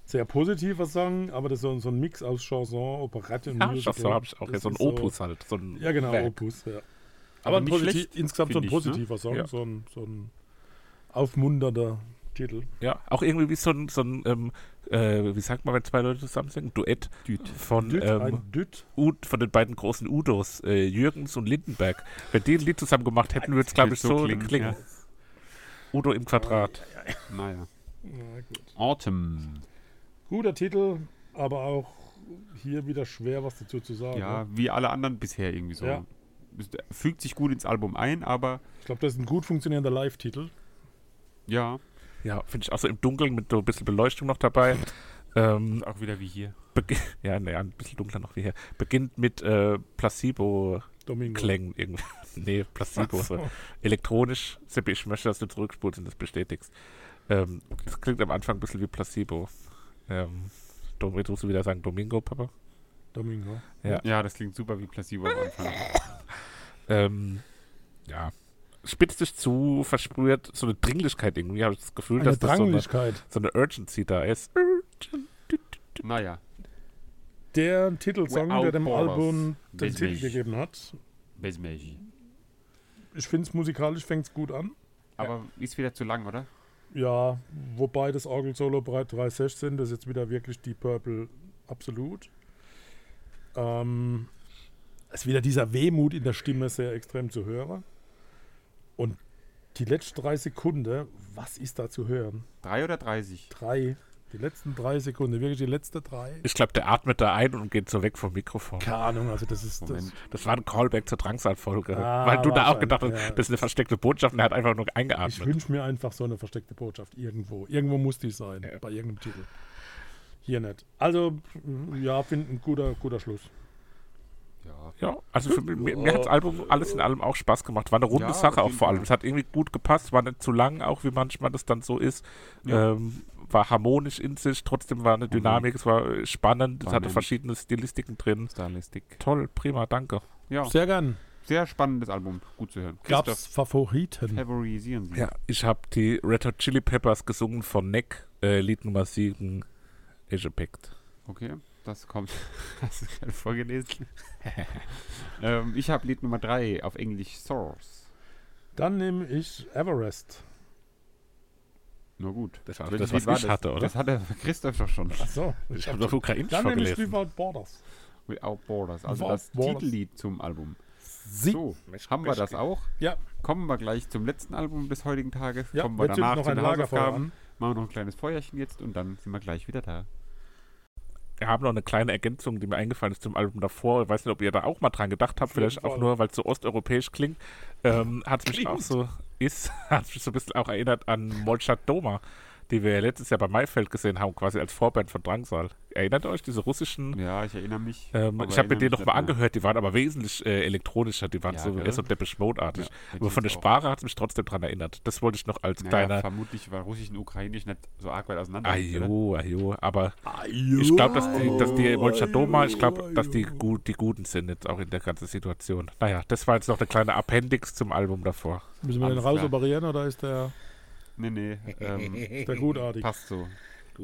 S2: Sehr positiver Song, aber das ist so ein, so ein Mix aus Chanson, Operette und
S1: Ja,
S2: Musical.
S1: das so habe ich auch.
S2: Das
S1: Ja, so ein
S2: ist
S1: Opus halt. So ein
S2: ja, genau,
S1: Werk.
S2: Opus. Ja.
S3: Aber
S2: Aber, ein
S3: nicht
S2: positiv,
S3: schlecht,
S2: insgesamt so ein
S3: find ich, ne?
S2: positiver Song,
S1: Ja.
S2: so, ein, so ein aufmunternder Titel.
S1: Ja, auch irgendwie wie so ein, so ein ähm, äh, wie sagt man, wenn zwei Leute zusammen singen? Duett
S3: Dude.
S1: von,
S2: Düt,
S1: ähm,
S2: ein Düt.
S1: Ud, von den beiden großen Udos, äh, Jürgens und Lindenberg. Wenn die ein Lied zusammen gemacht hätten, würde es, glaube ich, so klingen. Udo im Quadrat.
S3: Ja. Naja.
S2: Na gut.
S3: Autumn.
S2: Guter Titel, aber auch hier wieder schwer was dazu zu sagen.
S3: Ja,
S2: ne?
S3: wie alle anderen bisher irgendwie so.
S2: Ja.
S3: Es Fügt sich gut ins Album ein, aber
S2: Ich glaube, das ist ein gut funktionierender Live-Titel.
S3: ja,
S1: Ja, finde ich auch so im Dunkeln mit so ein bisschen Beleuchtung noch dabei. ähm,
S3: auch wieder wie hier.
S1: begi- ja, naja, ein bisschen dunkler noch wie hier. Beginnt mit äh, Placebo-Klängen
S2: Domingo.
S1: irgendwie. nee, Placebo. So. Elektronisch. Seppi, ich möchte, dass du zurückspulst und das bestätigst. Ähm, Das klingt am Anfang ein bisschen wie Placebo. Ähm, Dom, jetzt musst du wieder sagen Domingo, Papa.
S2: Domingo.
S3: Ja, das klingt super wie Placebo am Anfang.
S1: Ähm, ja. Spitzt dich zu, versprüht so eine Dringlichkeit irgendwie, habe ich das Gefühl,
S2: Eine
S1: dass das so eine,
S2: Dranglichkeit.
S1: so eine Urgency da ist.
S3: Naja,
S2: Der Titelsong,
S3: Without
S2: der dem
S3: Borders.
S2: Album den
S3: Weiß
S2: Titel
S3: nicht.
S2: gegeben hat.
S3: Besmeji.
S2: Ich finde es musikalisch fängt es gut an.
S3: Aber ist wieder zu lang, oder?
S2: Ja, wobei das Orgel-Solo bereit 316, das ist jetzt wieder wirklich die Purple absolut. Ähm, ist wieder dieser Wehmut in der Stimme sehr extrem zu hören. Und die letzten drei Sekunden, was ist da zu hören?
S3: Drei oder 30?
S2: Drei. Die letzten drei Sekunden, wirklich die letzte drei.
S1: Ich glaube, der atmet da ein und geht so weg vom Mikrofon.
S2: Keine Ahnung, also das ist das.
S3: Moment.
S1: Das war ein Callback zur Drangsal-Folge.
S2: Ah,
S1: weil du da auch
S2: wahrscheinlich,
S1: gedacht hast,
S2: ja.
S1: das ist eine versteckte Botschaft und er hat einfach nur
S2: Ich
S1: eingeatmet.
S2: wünsche mir einfach so eine versteckte Botschaft irgendwo. Irgendwo muss die sein,
S1: Ja.
S2: bei irgendeinem Titel. Hier nicht. Also, ja, finde ein guter, guter Schluss.
S3: Ja.
S1: Ja, also für mich, mir, mir hat das Album alles in allem auch Spaß gemacht. War eine runde
S3: Ja,
S1: Sache
S3: auf
S1: auch
S3: jeden
S1: vor allem.
S3: Fall.
S1: Es hat irgendwie gut gepasst, war nicht zu lang, auch wie manchmal das dann so ist.
S3: Ja. Mhm.
S1: Ähm, war harmonisch in sich, trotzdem war eine Dynamik, es war äh, spannend, es hatte
S3: Spannend.
S1: verschiedene Stilistiken drin.
S3: Stylistic.
S1: Toll, prima, danke.
S3: Ja,
S2: Sehr gern.
S3: sehr spannendes Album. Gut zu hören.
S2: Gab's Favoriten?
S3: favorisieren Sie.
S1: Ja, ich habe die Red Hot Chili Peppers gesungen von Neck, äh, Lied Nummer 7, Ejepekt.
S3: Okay, das kommt. Hast du gerade vorgelesen? ähm, ich habe Lied Nummer 3 auf Englisch Source.
S2: Dann nehme ich Everest.
S3: Nur gut.
S1: Das war
S3: Welches
S1: das, was
S3: Lied war
S1: ich hatte, oder?
S3: Das hatte Christoph doch schon.
S2: Achso.
S1: ich habe doch ukrainisch
S2: Dann nehme ich
S1: vorgelesen.
S2: Without Borders.
S3: Without Borders. Also
S2: Without
S3: das
S2: Borders.
S3: Titellied zum Album.
S2: Sie.
S3: So, haben wir das auch?
S2: Ja.
S3: Kommen wir gleich zum letzten Album des heutigen Tages.
S2: Ja,
S3: Kommen wir
S2: wir zünden
S3: danach
S2: noch
S3: zu
S2: ein
S3: den
S2: Lagerfeuer
S3: Hausaufgaben. Machen wir noch ein kleines Feuerchen jetzt und dann sind wir gleich wieder da.
S1: Wir haben noch eine kleine Ergänzung, die mir eingefallen ist zum Album davor. Ich weiß nicht, ob ihr da auch mal dran gedacht habt, vielleicht
S2: jeden
S1: auch
S2: Fall.
S1: nur, weil es so osteuropäisch klingt. Ähm, hat mich auch so ist, hat mich so ein bisschen auch erinnert an Molchat Doma, die wir ja letztes Jahr bei Maifeld gesehen haben, quasi als Vorband von Drangsal. Erinnert ihr euch diese russischen?
S3: Ja, ich erinnere mich.
S1: Ähm,
S3: aber
S1: ich habe mir
S3: erinnere
S1: die
S3: mich
S1: nochmal
S3: nicht mehr.
S1: angehört, die waren aber wesentlich äh, elektronischer, die waren
S3: Ja,
S1: so
S3: gell?
S1: eher so Depeche Mode-artig.
S3: Ja, hätte
S1: aber
S3: ich
S1: von der
S3: jetzt auch.
S1: Sprache hat es mich trotzdem dran erinnert. Das wollte ich noch als
S3: Naja,
S1: kleiner
S3: vermutlich war Russisch und Ukrainisch nicht so arg weit auseinander. oder?
S1: Ajo, ajo, aber ich glaube, dass die, dass die Molchadoma, ich glaube, dass die, gut, die Guten sind jetzt auch in der ganzen Situation. Naja, das war jetzt noch eine kleine Appendix zum Album davor.
S2: Müssen wir den
S3: Alles klar.
S2: rausoperieren oder ist der,
S3: Nee, nee. Ähm,
S2: ist der gutartig?
S3: passt so.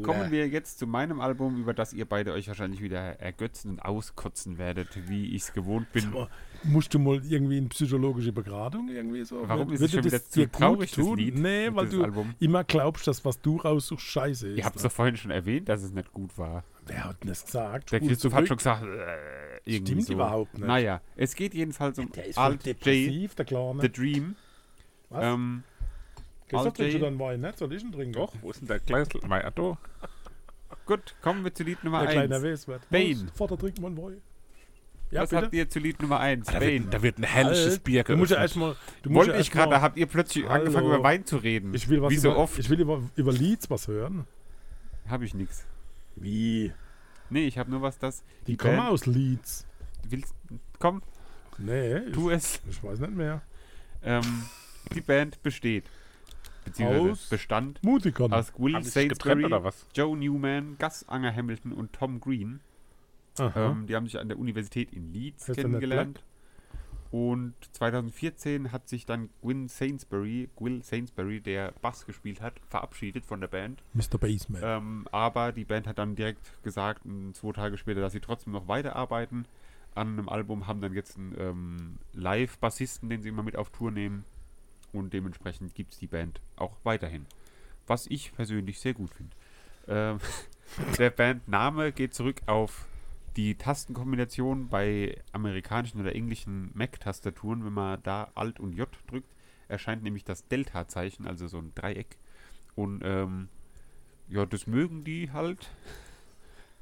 S3: Kommen wir jetzt zu meinem Album, über das ihr beide euch wahrscheinlich wieder ergötzen und auskotzen werdet, wie ich es gewohnt bin.
S2: mal, Musst du mal irgendwie in psychologische Beratung irgendwie so?
S3: Warum
S2: Wird-
S3: ist es
S2: würde
S3: schon wieder
S2: das
S3: zu
S2: dir gut
S3: traurig, das
S2: tun?
S3: Lied?
S2: Nee, weil
S3: dieses
S2: du
S3: Album?
S2: immer glaubst, dass was du raussuchst, scheiße ist.
S3: Ihr habt es doch vorhin schon erwähnt, dass es nicht gut war.
S2: Wer hat denn das gesagt?
S3: Der
S2: Spul
S3: Christoph hat
S2: zurück.
S3: schon gesagt, äh, irgendwie
S2: Stimmt
S3: so.
S2: überhaupt nicht.
S3: Naja, es geht jedenfalls um
S2: Der ist voll
S3: Alt J,
S2: depressiv, der Kleine.
S3: The Dream.
S2: Was?
S3: Ähm,
S2: Christoph
S3: Alt
S2: trinkst du
S3: J.
S2: dann Wein, ne? Soll ich ihn trinken?
S1: Doch, wo ist denn der kleine Mein Atto?
S3: gut, kommen wir zu Lied Nummer
S2: Der
S3: 1.
S2: kleine Weswert.
S3: Bane.
S2: Prost, Vater trinkt mal einen Wein. Ja,
S3: Was habt
S2: bitte.
S3: ihr zu Lied Nummer 1?
S1: Da wird,
S3: Bane.
S1: da wird ein herrliches
S2: Alt.
S1: Bier
S2: Du musst ja
S1: geöffnet.
S2: erstmal. Du musst
S3: Wollte
S2: ja
S3: ich
S2: erst mal-
S3: gerade, da habt ihr plötzlich
S2: Hallo.
S3: angefangen über Wein zu reden.
S2: Ich will was
S3: Wie so
S2: über,
S3: oft
S2: Ich will über, über Leads was hören.
S3: habe ich nichts.
S2: Wie?
S3: Nee, ich habe nur was, das
S2: Die, kommen
S3: Band-
S2: aus Leeds.
S3: Willst, komm,
S2: Nee,
S3: tu es.
S2: ich, ich weiß nicht mehr.
S3: Ähm, die Band besteht. Beziehungsweise
S2: Aus-
S3: bestand
S2: Musikern.
S3: aus Will
S1: Ähm, Haben die sich
S3: Sainsbury,
S1: getrennt oder was?
S3: Joe Newman, Gus Anger Hamilton und Tom Green.
S2: Aha.
S3: Ähm, die haben sich an der Universität in Leeds
S2: Heißt der nicht
S3: kennengelernt. Und 2014 hat sich dann Gwyn Sainsbury, Will Sainsbury, der Bass gespielt hat, verabschiedet von der Band.
S2: Mr. Baseman.
S3: Ähm, aber die Band hat dann direkt gesagt, m, zwei Tage später, dass sie trotzdem noch weiterarbeiten an einem Album, haben dann jetzt einen ähm, Live-Bassisten, den sie immer mit auf Tour nehmen. Und dementsprechend gibt es die Band auch weiterhin. Was ich persönlich sehr gut finde. Ähm, der Bandname geht zurück auf die Tastenkombination bei amerikanischen oder englischen Mac-Tastaturen. Wenn man da Alt und J drückt, erscheint nämlich das Delta-Zeichen, also so ein Dreieck. Und ähm, ja, das mögen die halt.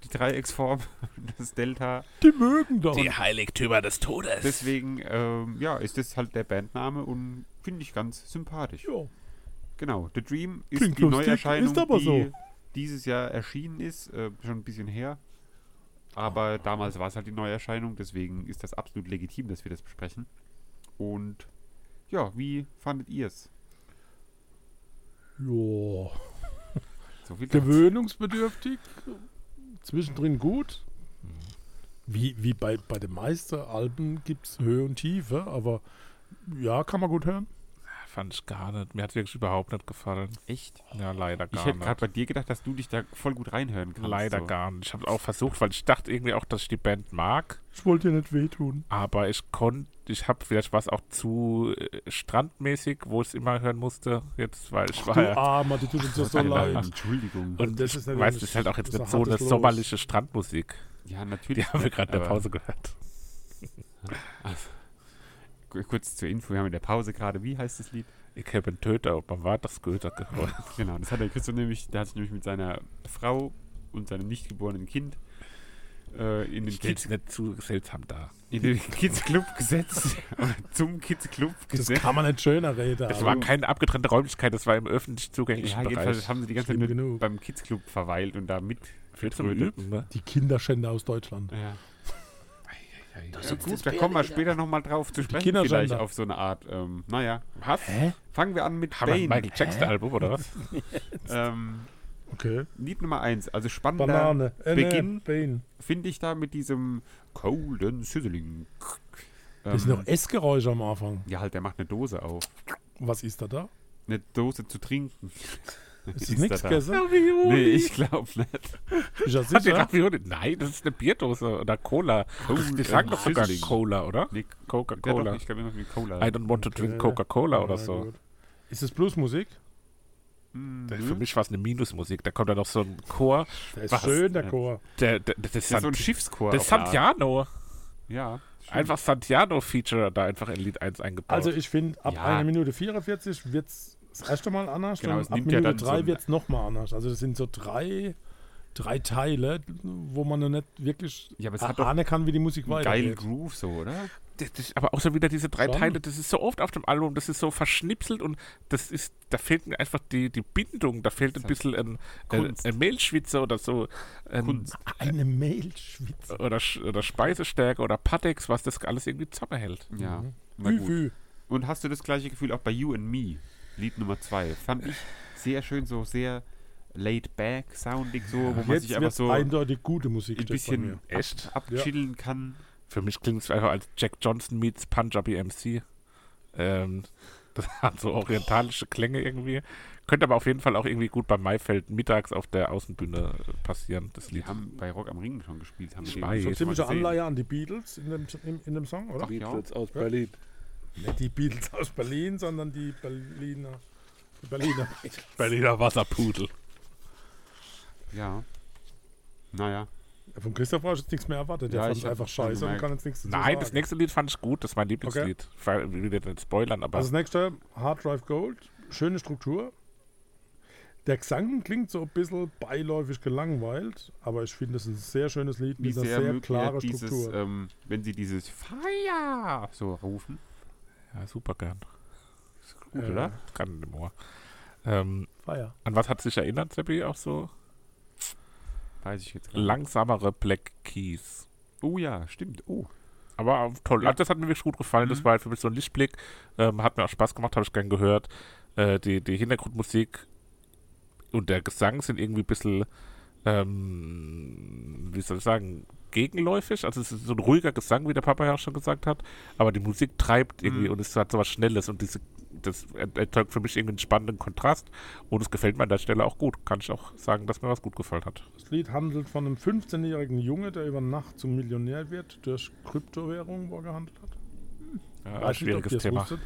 S3: Die Dreiecksform, das Delta.
S2: Die mögen doch.
S1: Die Heiligtümer des Todes.
S3: Deswegen, ähm, ja, ist das halt der Bandname und finde ich ganz sympathisch.
S2: Ja.
S3: Genau, The Dream ist
S2: Klingt
S3: die
S2: lustig,
S3: Neuerscheinung,
S2: ist aber
S3: die
S2: so.
S3: dieses Jahr erschienen ist, äh, schon ein bisschen her. Aber damals war es halt die Neuerscheinung, deswegen ist das absolut legitim, dass wir das besprechen. Und ja, wie fandet ihr es?
S2: ja.
S3: So viel dazu.
S2: gewöhnungsbedürftig, zwischendrin gut.
S1: Hm.
S2: Wie, wie bei, bei den meisten Alben gibt es Höhe und Tiefe, aber ja, kann man gut hören.
S1: Fand ich gar nicht. Mir hat wirklich überhaupt nicht gefallen.
S3: Echt?
S1: Ja, leider
S3: Ich
S1: gar
S3: hätte
S1: nicht.
S3: gerade bei dir gedacht, dass du dich da voll gut reinhören kannst.
S1: Leider
S3: so.
S1: gar nicht. Ich habe auch versucht, weil ich dachte irgendwie auch, dass ich die Band mag.
S2: Ich wollte dir nicht wehtun.
S1: Aber ich konnte, ich habe vielleicht was auch zu äh, strandmäßig, wo ich es immer hören musste. Jetzt, weil ich war
S2: Du
S1: Ah, ja.
S2: Armer, die tut uns das so
S1: Ach,
S2: leid.
S3: Entschuldigung.
S1: Und
S2: das
S1: das
S2: ist
S1: ist, ich
S2: natürlich-
S1: weiß, das ist halt auch jetzt
S2: das ist
S1: nicht
S2: ein
S1: so eine
S2: hartes Los.
S1: sommerliche Strandmusik.
S3: ja,
S1: Die
S3: natürlich.
S1: haben wir gerade in der
S3: aber-
S1: Pause gehört.
S3: Ku- Kurz zur Info, wir haben in der Pause gerade, wie heißt das Lied?
S1: Ich habe einen Töter, ob man war das Götter gehört.
S3: Genau, das hat der Christoph nämlich, der hat sich nämlich mit seiner Frau und seinem nicht geborenen Kind äh, in, den
S1: Ich stelle
S3: Kids,
S1: es nicht zu seltsam da.
S3: in den Kids Club gesetzt. Oder zum Kids Club
S2: Das
S3: gesetzt.
S2: kann man nicht schöner reden.
S1: Es
S2: aber-
S1: war keine abgetrennte Räumlichkeit, das war im öffentlich zugänglichen
S3: Ja, jedenfalls
S1: Bereich.
S3: haben sie die ganze Zeit
S2: Schlimm
S3: nur
S2: genug.
S3: beim Kids Club verweilt und da mit.
S1: Viel zum
S3: Kröte.
S1: Üben, ne?
S2: Die Kinderschänder aus Deutschland.
S3: Ja.
S5: Das
S3: Ja,
S5: ist
S3: gut, da kommen wir später nochmal drauf zu sprechen,
S2: Kinderschänder.
S3: vielleicht auf so eine Art. Ähm, naja, was? Fangen wir an mit
S1: Haben wir ein
S3: Bane.
S1: Michael Jackson-Album oder was?
S3: Ähm,
S2: Okay.
S3: Lied Nummer 1, also spannender
S2: Banane. Äh, nee,
S3: Beginn.
S1: Ähm.
S2: Bean.
S3: finde ich da mit diesem Golden Sizzling. Ähm,
S2: Das sind noch Essgeräusche am Anfang.
S3: ja, halt, der macht eine Dose auf.
S2: Was ist da da?
S3: Eine Dose zu trinken.
S2: Ist das nichts
S3: da da?
S2: gegessen?
S3: Nee, ich glaube nicht.
S2: Ist ja
S1: Hat ihr
S2: sicher.
S1: Ravioli? Nein, das ist eine Bierdose oder Cola.
S3: Cold
S1: Die sagen
S3: and
S1: doch sogar
S3: sizzling.
S1: Cola, oder?
S3: Nee, Ja, doch,
S1: Coca-Cola.
S3: ich glaube noch wie Cola.
S1: I don't want to drink
S2: Okay.
S1: Coca-Cola
S2: Ja,
S1: oder so.
S2: gut. Ist das Bluesmusik?
S3: Mhm.
S1: Für mich war es eine Minusmusik. Da kommt dann noch so ein Chor.
S2: Der ist
S1: Was?
S2: schön, der Chor.
S1: Der, der, das ist,
S3: das ist so ein
S1: Sant
S3: Schiffschor.
S1: das
S3: auf
S1: ist
S3: eine Art.
S1: Santiano.
S3: Ja. stimmt.
S1: Einfach Santiano-Feature da einfach in Lied 1 eingebaut.
S2: Also ich finde, ab
S3: Ja.
S2: einer Minute 44 wird es das erste Mal anders
S3: Genau,
S2: und
S3: es
S2: ab
S3: nimmt ja
S2: Minute
S3: dann so
S2: 3
S3: ein-
S2: wird es nochmal anders. Also das sind so drei, drei Teile, wo man noch nicht wirklich
S3: Ja, aber es hat doch
S2: ahnen kann, wie die Musik
S3: einen geilen
S2: weitergeht.
S3: Groove so, oder?
S1: Das, das, aber auch so wieder diese drei
S2: Schon.
S1: Teile, das ist so oft auf dem Album, das ist so verschnipselt und das ist, da fehlt mir einfach die, die Bindung, da fehlt ein
S3: Das
S1: bisschen ein, ein,
S3: Kunst.
S1: ein Mehlschwitzer oder so. Ein,
S3: Kunst.
S2: Eine Mehlschwitze.
S1: Oder, Sch- oder Speisestärke oder Patex, was das alles irgendwie zusammenhält.
S3: Ja. Na gut.
S2: Ü-Ü.
S3: Und hast du das gleiche Gefühl auch bei You and Me, Lied Nummer 2? Fand ich sehr schön, so sehr laid back, soundig, so, wo man
S2: Jetzt
S3: sich einfach
S2: wird
S3: so ein
S2: eindeutig gute Musik. steht bei mir.
S3: bisschen
S1: Echt?
S3: abchillen kann.
S1: Für mich klingt es einfach als Jack Johnson meets Punjabi MC. Ähm, das hat so orientalische Klänge irgendwie. Könnte aber auf jeden Fall auch irgendwie gut bei Maifeld mittags auf der Außenbühne äh, passieren, das
S3: Die
S1: Lied.
S3: haben bei Rock am Ring schon gespielt. Haben
S1: Ich
S3: den
S1: weiß.
S3: schon
S2: So
S1: Jetzt
S3: mal
S2: ziemliche
S3: gesehen.
S2: Anleihe an die Beatles in dem, in, in dem Song, oder?
S3: Ach, ja.
S1: aus Berlin.
S2: Nicht die Beatles aus Berlin, sondern die Berliner. Die Berliner.
S1: Berliner Wasserpudel.
S3: ja. Naja.
S2: Von Christoph habe ich jetzt nichts mehr erwartet. Der
S3: Ja,
S2: fand
S3: ich
S2: es einfach
S3: hab-
S2: scheiße und
S3: gemerkt.
S2: kann jetzt nichts dazu
S1: Nein, das
S2: sagen.
S1: nächste Lied fand ich gut. Das ist mein Lieblingslied. Ich will dir nicht spoilern, aber
S2: Also das nächste, Hard Drive Gold, schöne Struktur. Der Gesang klingt so ein bisschen beiläufig gelangweilt, aber ich finde, das ist ein sehr schönes Lied
S3: Wie
S2: mit einer
S3: sehr,
S2: sehr,
S3: mögen wir
S2: klaren
S3: dieses,
S2: Struktur.
S3: ähm, wenn sie dieses Fire so rufen.
S1: ja, super gern.
S3: Gut,
S2: Äh,
S3: oder?
S1: Kann in dem Ohr. Ähm,
S2: Feier.
S1: an was hat sich erinnert, Seppi? Auch so
S3: Weiß ich jetzt gar nicht.
S1: langsamere Black Keys.
S3: Oh ja, stimmt. Oh.
S1: Aber auch toll.
S3: Ja.
S1: Also das hat mir wirklich gut gefallen. Das
S3: Mhm.
S1: war halt für mich so ein Lichtblick. Ähm, hat mir auch Spaß gemacht, habe ich gern gehört. Äh, die, die Hintergrundmusik und der Gesang sind irgendwie ein bisschen, ähm, wie soll ich sagen, gegenläufig. Also es ist so ein ruhiger Gesang, wie der Papa ja auch schon gesagt hat. Aber die Musik treibt irgendwie
S3: Mhm.
S1: und es hat so was Schnelles und diese, das erzeugt für mich irgendwie einen spannenden Kontrast. Und es gefällt mir an der Stelle auch gut. Kann ich auch sagen, dass mir was gut gefallen hat.
S2: Das Lied handelt von einem 15-jährigen Junge, der über Nacht zum Millionär wird, durch Kryptowährungen, wo er gehandelt hat.
S1: Ja,
S2: Weiß nicht, ob
S1: schwieriges
S2: ihr es
S1: Thema.
S2: wusstet.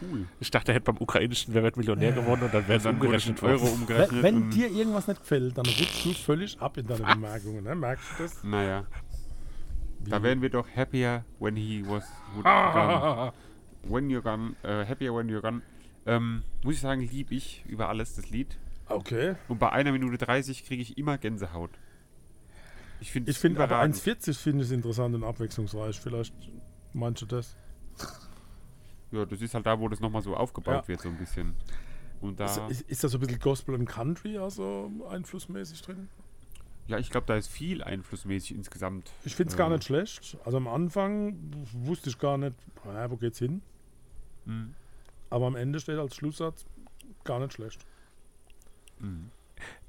S3: Cool.
S1: Ich dachte, er hätte beim ukrainischen Wer wird Millionär gewonnen und dann wäre es
S3: Dann wurde ein
S1: umgerechnet worden.
S3: Euro
S2: Wenn,
S3: umgerechnet.
S2: wenn
S3: und-
S2: dir irgendwas nicht gefällt, dann rutscht du völlig ab in deine Bemerkungen. Ne? Merkst du das?
S3: Naja. Da wären wir doch happier when he was would gone.
S1: Ah,
S3: When you're gone, äh, happier when you're gone. Ähm, muss ich sagen, lieb ich über alles das Lied.
S2: Okay.
S3: Und bei einer Minute 30 kriege ich immer Gänsehaut. Ich finde
S2: Ich finde aber 1,40 finde ich interessant und abwechslungsreich. Vielleicht meinst du das?
S3: Ja, das ist halt da, wo das nochmal so aufgebaut
S2: Ja.
S3: wird, so ein bisschen. Und
S2: Ist,
S3: da,
S2: ist, ist das so ein bisschen Gospel und Country also einflussmäßig drin?
S3: ja, ich glaube, da ist viel einflussmäßig insgesamt.
S2: Ich finde es gar
S3: Ja.
S2: nicht schlecht. Also am Anfang w- wusste ich gar nicht, naja, wo geht's hin?
S3: Mhm.
S2: Aber am Ende steht als Schlusssatz gar nicht schlecht.
S3: Mhm.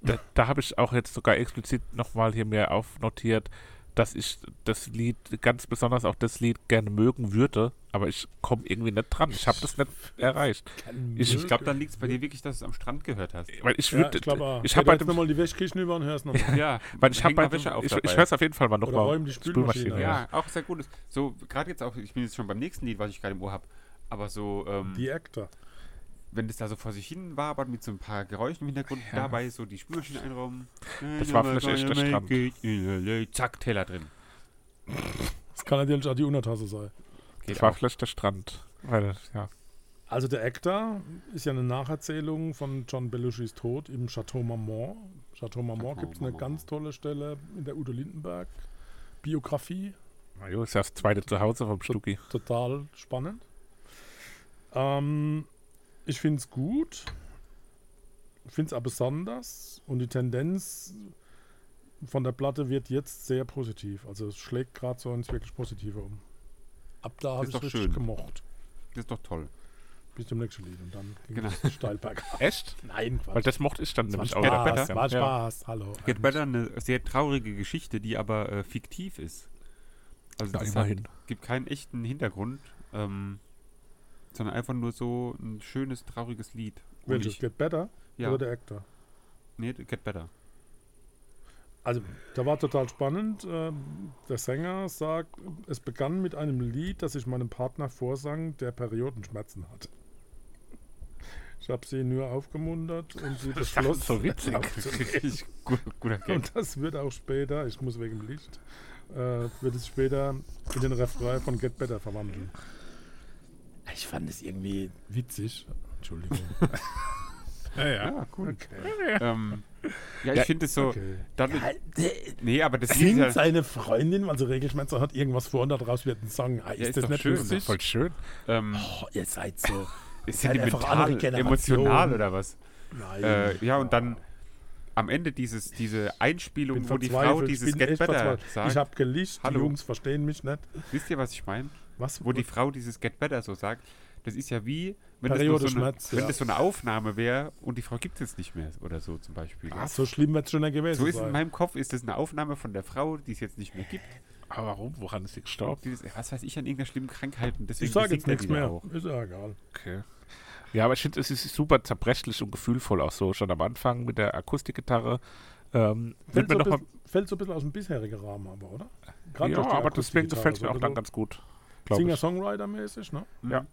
S1: Da, da habe ich auch jetzt sogar explizit nochmal hier mir aufnotiert, dass ich das Lied, ganz besonders auch das Lied gerne mögen würde, aber ich komme irgendwie nicht dran. Ich habe das nicht erreicht. Ich-
S3: Ich glaube, dann liegt es bei dir wirklich, dass du es am Strand gehört hast.
S1: Weil ich
S2: ja,
S1: würde,
S2: ich ah, glaube,
S1: ich, habe bei dem,
S2: nochmal die Wäschküche über und hör's nochmal.
S3: halt Ja,
S1: weil ich
S3: häng
S1: habe
S3: mal
S1: bei
S3: Wäsche
S1: dem,
S3: auf
S1: ich,
S3: dabei.
S1: ich höre es auf jeden Fall mal
S2: Oder
S1: nochmal.
S2: räum die Spülmaschine auf.
S1: ja.
S3: Ja, auch sehr gutes. So, gerade jetzt auch, ich bin jetzt schon beim nächsten Lied, was ich gerade im Ohr habe, aber so, ähm,
S2: Die Actor.
S3: wenn das da so vor sich hin wabert mit so ein paar Geräuschen im Hintergrund, dabei so die Spülmaschine einräumen.
S1: Das war vielleicht echt der Strand.
S3: Strand. Zack, Teller drin.
S2: Das kann natürlich auch die Untertasse sein.
S3: Geht
S1: Das war
S3: auch.
S1: vielleicht der Strand. Weil, ja.
S2: Also der Actor ist ja eine Nacherzählung von John Belushis Tod im Chateau Marmont. Chateau Marmont
S3: Chateau
S2: gibt es eine
S3: Marmont.
S2: ganz tolle Stelle in der Udo Lindenberg Biografie.
S1: Na jo, ist ja das zweite Zuhause vom Stucki.
S2: Total spannend. Ähm, ich finde es gut, finde es aber besonders und die Tendenz von der Platte wird jetzt sehr positiv. Also es schlägt gerade so ins wirklich Positive um. Ab da habe
S3: Ist
S2: ich
S3: doch
S2: richtig
S3: schön.
S2: gemocht.
S3: Das ist doch toll.
S2: Bis zum nächsten Lied und dann ging
S3: Genau.
S2: es steil bergab.
S1: Echt?
S2: Nein, Quatsch.
S1: Weil das mochte ich dann nämlich auch.
S3: Spaß,
S1: Ja.
S2: war
S1: Ja.
S2: Spaß. Hallo.
S3: Get Better, eine sehr traurige Geschichte, die aber äh, fiktiv ist. Also
S1: Ja,
S3: das hat,
S1: immerhin.
S3: gibt keinen echten Hintergrund, ähm, sondern einfach nur so ein schönes, trauriges Lied. Und
S2: Welches?
S3: ich-
S2: Get Better
S3: Ja,
S2: oder der Actor?
S3: nee, Get Better.
S2: Also, da war total spannend. Ähm, Der Sänger sagt, es begann mit einem Lied, das ich meinem Partner vorsang, der Periodenschmerzen hat. Ich habe sie nur aufgemuntert und sie
S1: Das ist
S2: beschloss.
S1: so witzig.
S3: Richtig gut, guter Gag.
S2: Und das wird auch später, ich muss wegen dem Licht, äh, wird es später in den Refrain von Get Better verwandeln.
S4: Ich fand es irgendwie witzig. Entschuldigung.
S1: Ja, ja.
S3: Ja, Ah, cool.
S2: Okay.
S3: Ähm, ja, ich
S1: Ja,
S3: finde es so.
S2: okay. halt
S3: Dadurch,
S4: Ja, Halt, der
S3: nee, aber das Lied
S4: Singt
S3: ist ja,
S4: seine Freundin, also Regelschmerzer hat irgendwas vor und daraus wird ein Song. Ah, ist,
S3: Ja, ist
S4: das
S3: doch
S4: nicht
S3: schön.
S4: lustig?
S1: Voll schön.
S3: ähm,
S4: Oh, ihr seid so.
S3: ist
S4: halt einfach
S3: sentimental,
S4: andere Generation.
S3: emotional oder was?
S4: Nein.
S3: Äh, ja, und dann am Ende dieses, diese
S2: Ich
S3: Einspielung,
S2: bin
S3: wo die
S2: verzweifelt,
S3: Frau
S2: ich
S3: dieses
S2: bin
S3: Get
S2: echt
S3: Better
S2: verzweifelt.
S3: sagt.
S2: Ich habe gelicht, die
S3: Hallo.
S2: Jungs verstehen mich nicht.
S3: Wisst ihr, was ich meine?
S2: Was?
S3: Wo die Frau dieses Get Better so sagt. Das ist ja wie, wenn, das, nur
S2: Periode
S3: so eine,
S2: Schmerz,
S3: wenn
S2: ja.
S3: das so eine Aufnahme wäre und die Frau gibt es jetzt nicht mehr oder so zum Beispiel.
S2: Ah, so schlimm wird es schon gewesen
S3: So ist in
S2: sein.
S3: meinem Kopf, ist das eine Aufnahme von der Frau, die es jetzt nicht mehr gibt.
S1: Aber warum? Woran ist sie gestorben?
S3: Die ist, was weiß ich, an irgendeiner schlimmen Krankheit. Und deswegen
S2: Ich sage jetzt
S3: singt er
S2: nichts
S3: die ja
S2: mehr.
S3: Auch.
S2: Ist ja egal.
S1: Okay. Ja, aber ich finde, es ist super zerbrechlich und gefühlvoll auch so. Schon am Anfang mit der Akustikgitarre. Ähm, wird
S2: Fällt so,
S1: mir noch
S2: ein
S1: mal,
S2: bisschen, fällt so ein bisschen aus dem bisherigen Rahmen aber, oder? Gerade
S1: ja,
S2: durch die
S1: aber deswegen
S2: Akustikgitarre,
S1: gefällt es mir
S2: so genau.
S1: auch dann
S2: ein
S1: ganz gut.
S2: bisschen
S1: Glaube ich.
S2: Singer-Songwriter-mäßig, ne?
S3: Hm?
S1: Ja.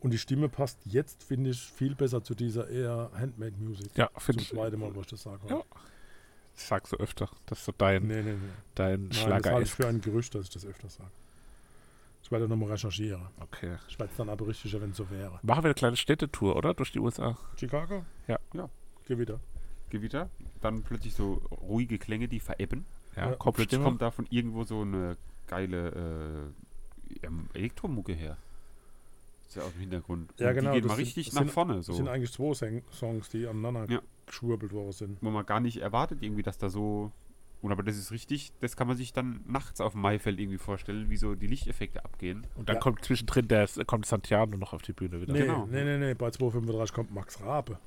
S2: Und die Stimme passt jetzt, finde ich, viel besser zu dieser eher Handmade-Music.
S1: Ja,
S2: Zum
S1: finde ich.
S2: zweiten Mal, wo ich das sage.
S1: Ja. Ich sag's so öfter. Das ist so dein,
S2: Nee, nee, nee.
S1: dein
S2: Nein, das
S1: Schlager
S2: halte ich
S1: ist.
S2: für ein Gerücht, dass ich das öfter sage. Ich werde nochmal recherchieren.
S1: Okay.
S2: Ich werde es dann aber richtiger, wenn es so wäre.
S1: Machen wir eine kleine Städtetour, oder? Durch die USA.
S2: Chicago?
S1: Ja.
S3: Ja.
S2: Geh wieder.
S3: Gewitter, dann plötzlich so ruhige Klänge, die verebben.
S1: Ja,
S2: Ja.
S3: Plötzlich
S1: Kopfstimme.
S3: kommt da von irgendwo so eine geile äh, ähm, Elektromucke her. Ist ja auch im Hintergrund.
S2: Ja, genau,
S3: Die geht
S2: das
S3: mal
S2: sind-
S3: richtig
S2: das
S3: nach
S2: sind-
S3: vorne,
S2: Das sind
S3: so.
S2: eigentlich zwei Seng- Songs, die aneinander
S3: Ja.
S2: geschwurbelt worden sind.
S3: Wo man gar nicht erwartet, irgendwie, dass da so. Und aber das ist richtig, das kann man sich dann nachts auf dem Maifeld irgendwie vorstellen, wie so die Lichteffekte abgehen.
S1: Und dann
S2: Ja.
S1: kommt zwischendrin der, kommt Santiano noch auf die Bühne wieder.
S2: Nee,
S3: Genau.
S2: nee, nee, nee, bei 2,35 kommt Max Rabe.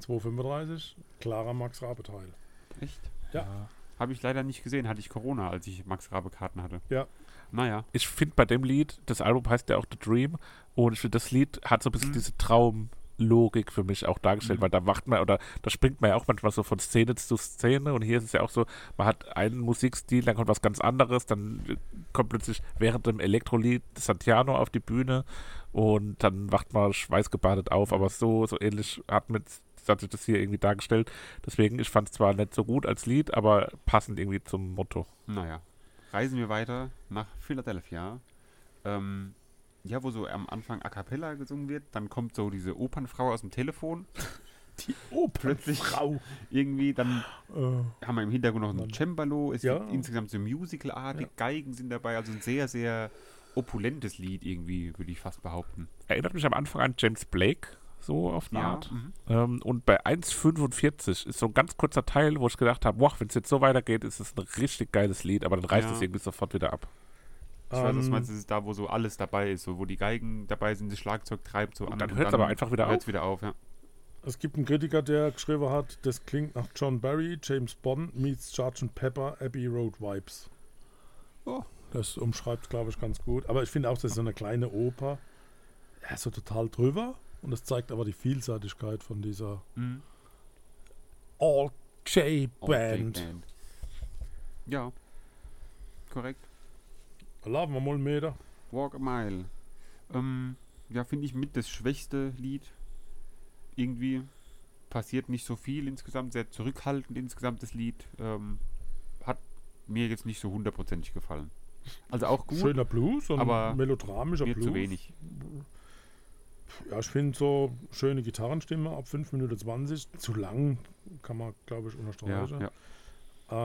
S2: 2,35, klarer Max Rabe-Teil.
S3: Echt?
S2: Ja.
S3: Habe ich leider nicht gesehen, hatte ich Corona, als ich Max Rabe Karten hatte.
S2: Ja.
S3: Naja,
S1: Ich finde bei dem Lied, das Album heißt ja auch The Dream, und ich finde, das Lied hat so ein bisschen
S3: Mhm.
S1: diese Traumlogik für mich auch dargestellt,
S3: Mhm.
S1: weil da wacht man oder da springt man ja auch manchmal so von Szene zu Szene und hier ist es ja auch so, man hat einen Musikstil, dann kommt was ganz anderes, dann kommt plötzlich während dem Elektrolied Santiano auf die Bühne und dann wacht man schweißgebadet auf, aber so, so ähnlich hat mit hat sich das hier irgendwie dargestellt. Deswegen, ich fand es zwar nicht so gut als Lied, aber passend irgendwie zum Motto.
S3: naja. Reisen wir weiter nach Philadelphia. Ähm, ja, wo so am Anfang A Cappella gesungen wird, dann kommt so diese Opernfrau aus dem Telefon.
S2: Die Opel.
S3: Plötzlich
S2: Frau.
S3: irgendwie, dann
S2: Äh,
S3: haben wir im Hintergrund noch ein
S2: Mann.
S3: Cembalo. Es
S2: Ja.
S3: gibt insgesamt so musicalartig,
S2: Ja.
S3: Geigen sind dabei, also ein sehr, sehr opulentes Lied irgendwie, würde ich fast behaupten.
S1: erinnert mich am Anfang an James Blake, so auf eine Art.
S3: mhm.
S1: Ähm, und bei 1,45 ist so ein ganz kurzer Teil, wo ich gedacht habe, boah, wenn es jetzt so weitergeht, ist es ein richtig geiles Lied, aber dann reißt
S3: Ja.
S1: es irgendwie sofort wieder ab.
S3: Ich weiß, was
S2: Ähm,
S3: du meinst, es ist da, wo so alles dabei ist, so, wo die Geigen dabei sind, das Schlagzeug treibt so
S1: Und
S3: an.
S1: dann hört's aber einfach wieder
S3: hört's wieder auf, ja.
S2: Es gibt einen Kritiker, der geschrieben hat, das klingt nach John Barry, James Bond meets Sgt. Pepper, Abbey Road Vibes.
S3: Oh.
S2: Das umschreibt, glaube ich, ganz gut. Aber ich finde auch, das ist so eine kleine Oper. Ja, so total drüber. Und das zeigt aber die Vielseitigkeit von dieser
S3: Mhm. Oh,
S2: All-J-Band.
S3: Big Band. Ja. Korrekt.
S2: Laufen wir mal einen Meter.
S3: Walk a Mile. Ähm, ja, finde ich mit das schwächste Lied. Irgendwie passiert nicht so viel insgesamt, sehr zurückhaltend insgesamt das Lied. Ähm, hat mir jetzt nicht so hundertprozentig gefallen. Also auch gut,
S2: Schöner Blues und
S3: aber
S2: melodramischer
S3: mir
S2: Blues.
S3: zu wenig.
S2: Ja, ich finde so schöne Gitarrenstimme ab 5 Minuten 20 zu lang, kann man glaube ich
S3: Ja,
S2: unterstreichen.
S3: ja.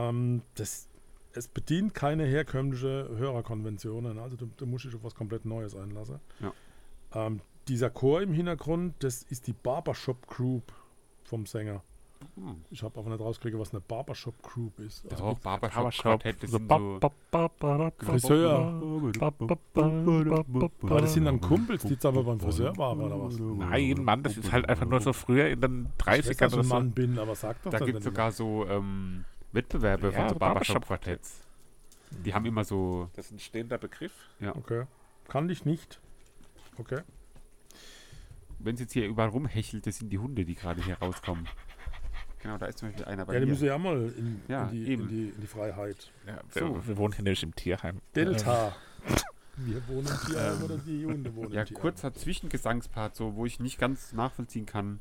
S2: Ähm, das, es bedient keine herkömmliche Hörerkonventionen, also du, du musst dich auf was komplett Neues einlassen.
S3: Ja.
S2: Ähm, dieser Chor im Hintergrund, das ist die Barbershop Group vom Sänger.
S3: Hm.
S2: Ich habe aber nicht rausgekriegt, was eine Barbershop Group ist.
S3: Das
S2: Also
S3: auch Barbershop,
S1: Barbershop.
S3: Quartett, das
S1: So
S3: sind
S1: ba-
S3: so
S1: ba- ba- ba- ba- ba-
S2: Friseur.
S1: ba- ba- ba- ba- ba-
S2: Aber das sind dann Kumpels, die jetzt aber beim Friseur waren oder was?
S1: Oh. Nein, Mann, das ist halt einfach nur so früher in den
S2: Ich weiß,
S1: 30ern
S2: dass ich
S1: oder
S2: ein
S1: so.
S2: Mann bin, aber sag doch
S3: Da
S2: dann
S3: gibt es
S2: nicht.
S3: sogar so ähm, Wettbewerbe
S1: Ja,
S3: von so
S1: Barbershop-
S3: Barbershop-Quartetts. Die haben immer so,
S1: Das ist ein stehender Begriff.
S2: Okay. Kann dich nicht. Okay.
S3: wenn es jetzt hier überall rumhechelt, das sind die Hunde, die gerade hier rauskommen. Genau, da ist zum Beispiel einer bei
S2: ja, die
S3: dir.
S2: müssen ja mal in,
S3: Ja,
S2: in, die,
S3: eben.
S2: in, die, in die Freiheit.
S1: Ja, wir,
S3: So.
S1: wir wohnen hier nämlich im Tierheim.
S2: Delta. Wir wohnen im Tierheim oder die Hunde wohnen
S3: Ähm. ja,
S2: im Tierheim.
S3: kurzer Zwischengesangspart, so, wo ich nicht ganz nachvollziehen kann,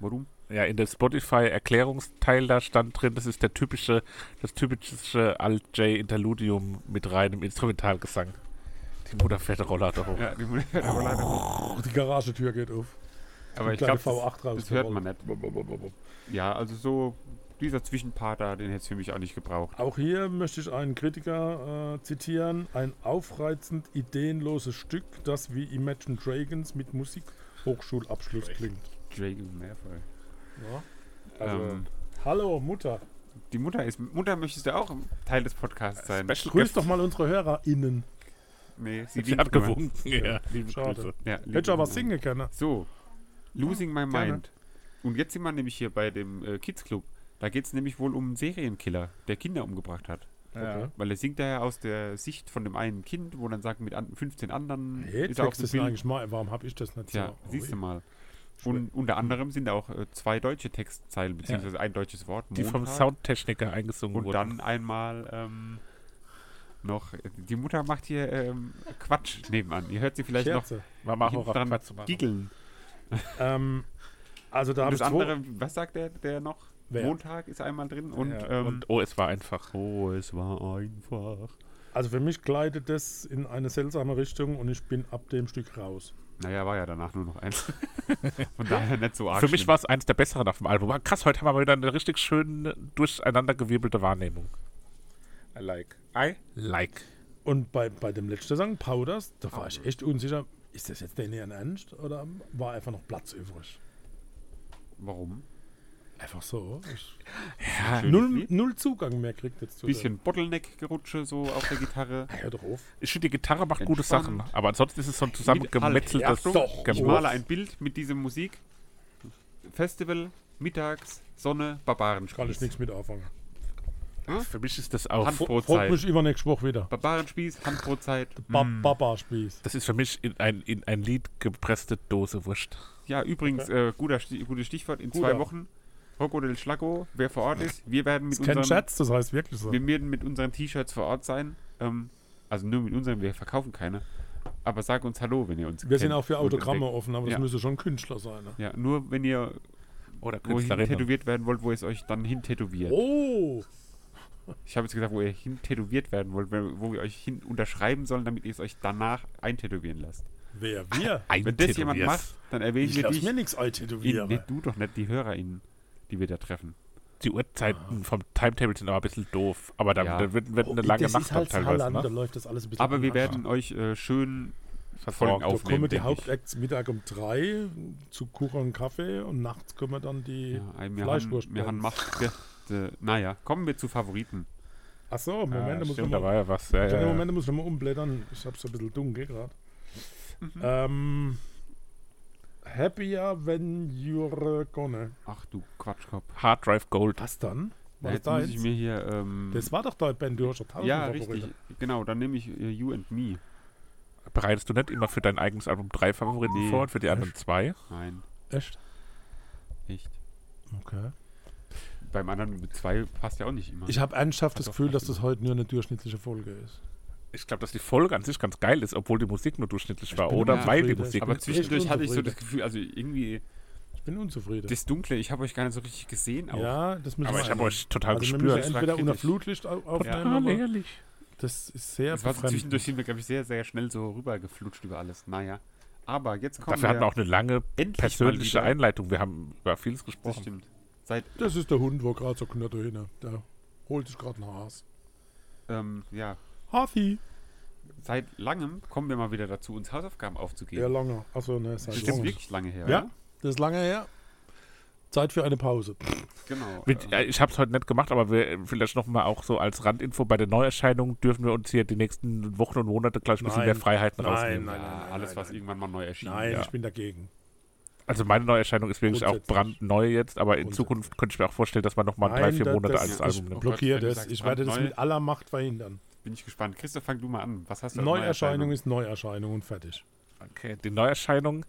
S3: warum.
S1: Ja, in der Spotify-Erklärungsteil da stand drin, das ist der typische, das typische Alt-J-Interludium mit reinem Instrumentalgesang. Die Mutter fährt Roller da hoch.
S3: Ja, die Hunde- aber
S2: Oh, die Garagetür geht auf.
S3: ich
S2: Kleine
S3: glaube, das,
S2: V8 raus.
S3: das hört man nicht. Ja, also so, dieser Zwischenpart da, den hätte es für mich auch nicht gebraucht.
S2: Auch hier möchte ich einen Kritiker äh, zitieren. Ein aufreizend ideenloses Stück, das wie Imagine Dragons mit Musikhochschulabschluss klingt.
S3: Dragon Malfoy.
S2: Ja. Also,
S3: ähm,
S2: hallo Mutter.
S3: die Mutter ist, Mutter möchtest du auch Teil des Podcasts sein?
S1: Special
S2: Grüß
S1: Guest.
S2: doch mal unsere HörerInnen.
S3: Nee, sie,
S1: Sie
S3: winkt
S1: hat
S3: nur.
S1: gewunken. Ja, liebe
S2: Schade.
S1: Grüße.
S3: Ja,
S2: Hätte ich aber
S3: liebe-
S2: singen können.
S3: So, Losing My
S2: gerne.
S3: Mind. Und jetzt sind wir nämlich hier bei dem äh, Kids Club. Da geht es nämlich wohl um einen Serienkiller, der Kinder umgebracht hat.
S1: Ja.
S3: Weil er singt daher aus der Sicht von dem einen Kind, wo dann sagt, mit an- 15 anderen
S2: Hey,
S3: ist er auf
S2: Text
S3: dem
S2: ist mir
S3: Bild.
S2: eigentlich mal. Warum habe ich das nicht?
S3: Tja,
S2: so?
S3: siehst du
S2: Ui.
S3: mal. Und unter anderem sind da auch äh, zwei deutsche Textzeilen, beziehungsweise ein deutsches Wort.
S1: Die vom
S3: Montag.
S1: Soundtechniker eingesungen
S3: Und
S1: wurden.
S3: dann einmal ähm, noch, die Mutter macht hier ähm, Quatsch nebenan. Ihr hört sie vielleicht
S2: Scherze.
S1: Man
S3: noch
S1: macht auch auf
S3: hinten
S1: Quatsch zu
S3: dran
S1: machen.
S3: giggeln.
S2: Ähm, also da
S3: Und
S2: habe
S3: das
S2: ich zwei.
S3: andere, was sagt der, der noch?
S2: Wer?
S3: Montag ist einmal drin und,
S1: ja.
S3: ähm,
S1: und oh, es war einfach.
S3: Oh, es war einfach.
S2: Also für mich gleitet das in eine seltsame Richtung und ich bin ab dem Stück raus.
S3: Naja, war ja danach nur noch eins. Von daher nicht so arg.
S1: Für mich
S3: schlimm.
S1: war es eines der besseren auf dem Album. Ah, Krass, heute haben wir mal wieder eine richtig schön durcheinandergewirbelte Wahrnehmung. I like. I like.
S2: Und bei, bei dem letzten Song, Powders, da war ich echt unsicher, ist das jetzt denn ihren Ernst oder war einfach noch Platz übrig?
S3: Warum?
S2: Einfach so. Ich,
S1: Ja,
S2: null, null Zugang mehr kriegt jetzt zu
S3: Bisschen Bottleneck-Gerutsche so auf der Gitarre.
S2: der- Ah, hör doch auf.
S1: ich finde, die Gitarre macht gute
S3: Entspannt.
S1: Sachen, aber ansonsten ist es so ein zusammengemetzeltes
S2: Halt, ja, doch.
S3: Ich
S2: Wow.
S3: male ein Bild mit dieser Musik. Festival, mittags, Sonne,
S2: Kann ich
S3: Barbarenspieß.
S2: nichts mit anfangen.
S1: Für mich ist das auch.
S2: Freut
S3: Handbrotzeit.
S2: mich übernächste Woche wieder.
S3: Barbarenspieß, Handbrotzeit.
S2: Ba Baba-Spieß.
S1: Das ist für mich in ein, in ein Lied gepresste Dose Wurst.
S3: Ja, übrigens, äh, guter, Sti- gutes Stichwort. In
S2: Guter.
S3: zwei Wochen, Rocco del Schlacco, wer vor Ort ist, wir werden mit
S2: Das ist kein
S3: unseren
S2: Scherz, das heißt wirklich so.
S3: Wir werden mit unseren T-Shirts vor Ort sein. Ähm, also nur mit unseren, wir verkaufen keine. Aber sag uns Hallo, wenn ihr uns
S2: Wir sind
S3: kennt
S2: auch für
S3: und
S2: Autogramme
S3: entdeckt.
S2: offen, aber das
S3: Ja.
S2: müsste schon Künstler sein. Ne?
S3: Ja, nur wenn ihr
S1: Oder
S3: wohin
S1: Künstlerin.
S3: tätowiert werden wollt, wo ihr es euch dann hintätowiert.
S2: Oh!
S3: Ich habe jetzt gesagt, wo ihr hintätowiert werden wollt, wo wo wir euch hin unterschreiben sollen, damit ihr es euch danach eintätowieren lasst.
S2: Wer wir?
S3: Wenn das jemand macht, dann erwähnen
S2: Ich
S3: wir
S2: lasse
S3: dich.
S2: mir nichts
S3: In,
S2: eintätowieren.
S3: nee, du doch nicht, die HörerInnen, die wir da treffen.
S1: Die Uhrzeiten vom Timetable sind aber ein bisschen doof. Aber dann,
S3: Ja.
S1: dann wird, wird eine
S2: Oh,
S1: lange
S2: das
S1: Nacht
S2: ist halt
S1: dann
S2: Holland, da
S1: teilweise. Ne?
S2: läuft das alles ein bisschen.
S3: Aber wir
S2: anders.
S3: werden euch äh, schön Folgen
S1: Versorgt.
S2: Da
S3: aufnehmen.
S2: kommen die
S3: denke ich.
S2: Hauptacts Mittag um drei zu Kuchen und Kaffee und nachts kommen dann die
S3: Ja, ey, wir
S2: Fleischwurst.
S3: haben, wir haben macht, ge- de, naja, kommen wir zu Favoriten.
S2: Achso, Moment, da
S1: ah,
S2: muss ich
S1: stimmt, da
S2: mal,
S1: war ja was. Ja,
S2: ja,
S1: ja, ja.
S2: Moment, da muss ich mal umblättern. Ich hab's so ein bisschen dunkel gerade. Ähm, happier when you're gone.
S3: Ach du Quatschkopf.
S1: Hard Drive Gold.
S2: Was dann?
S3: Ja,
S2: War
S3: jetzt
S2: das
S3: muss ich
S2: deins?
S3: mir hier. Ähm,
S2: Das war doch dein Ben, du hast doch tausend
S3: ja,
S2: Favoriten.
S3: richtig. Genau, dann nehme ich äh, You and Me.
S1: Bereitest du nicht immer für dein eigenes Album drei Favoriten
S3: Nee.
S1: vor und für die anderen zwei?
S3: Nein,
S2: Echt?
S3: nicht.
S2: Okay.
S3: Beim anderen mit zwei passt ja auch nicht immer.
S2: Ich habe ernsthaft das
S3: doch
S2: Gefühl,
S3: keinen
S2: dass das heute nur eine durchschnittliche Folge ist.
S1: Ich glaube, dass die Folge an sich ganz geil ist, obwohl die Musik nur durchschnittlich war.
S2: bin
S1: Oder
S3: immer
S1: weil die
S2: zufrieden.
S1: Musik.
S3: aber
S2: echt
S3: zwischendurch hatte ich so
S2: unzufrieden.
S3: das Gefühl, also irgendwie,
S2: Ich bin unzufrieden.
S3: das Dunkle, ich habe euch gar nicht so richtig gesehen. Auch.
S2: ja, das müssen
S1: aber
S2: wir
S1: ich habe
S2: ändern.
S1: euch total
S2: also wir müssen
S1: gespürt.
S3: Das war
S2: entweder unter
S3: kritisch.
S2: Flutlicht au- aufnehmen, aber
S1: ehrlich.
S2: Das ist sehr
S3: Das war
S2: befremdend.
S3: zwischendurch sind wir, glaube ich, sehr, sehr schnell so rübergeflutscht über alles. Naja. Aber jetzt kommen
S1: Dafür hatten wir auch eine lange
S3: endlich mal
S1: persönliche
S3: wieder-
S1: Einleitung. Wir haben über vieles
S3: Das
S1: gesprochen.
S3: stimmt. Seit,
S2: Das ist der Hund, wo gerade so knatter hin. Der holt sich gerade ein Haas.
S3: ähm, ja,
S2: Hafi.
S3: seit langem kommen wir mal wieder dazu, uns Hausaufgaben
S2: Ja,
S3: aufzugeben.
S2: lange. Achso, ne, ist
S3: das
S2: halt
S3: ist
S2: lange.
S3: wirklich lange her.
S2: Ja,
S3: oder?
S2: das ist lange her. Zeit für eine Pause.
S3: genau.
S1: Mit,
S3: äh,
S1: äh, ich habe es heute nicht gemacht, aber wir vielleicht nochmal auch so als Randinfo bei der Neuerscheinung dürfen wir uns hier die nächsten Wochen und Monate gleich ein bisschen
S2: Nein.
S1: mehr Freiheiten
S2: Nein,
S1: rausnehmen.
S3: ja,
S2: nein, nein, nein,
S3: alles, was
S2: nein.
S3: irgendwann mal neu erschienen
S2: Nein,
S3: ist.
S2: ich bin dagegen.
S1: Also meine Neuerscheinung ist wirklich auch
S2: Grundsätzlich.
S1: brandneu jetzt, aber in
S2: Grundsätzlich.
S1: Zukunft könnte ich mir auch vorstellen, dass man nochmal
S2: Nein,
S1: drei, vier
S2: da-
S1: Monate
S2: das
S1: als
S3: ist-
S1: Album
S3: Oh
S1: nimmt.
S3: Gott,
S2: Blockier
S3: wenn du
S2: das.
S3: sagst,
S2: Ich werde das
S3: brandneu.
S2: mit aller Macht verhindern.
S3: Bin ich gespannt. Christoph, fang du mal an. Was hast du als
S2: Neuerscheinung ist Neuerscheinung und fertig.
S1: Okay, die Neuerscheinung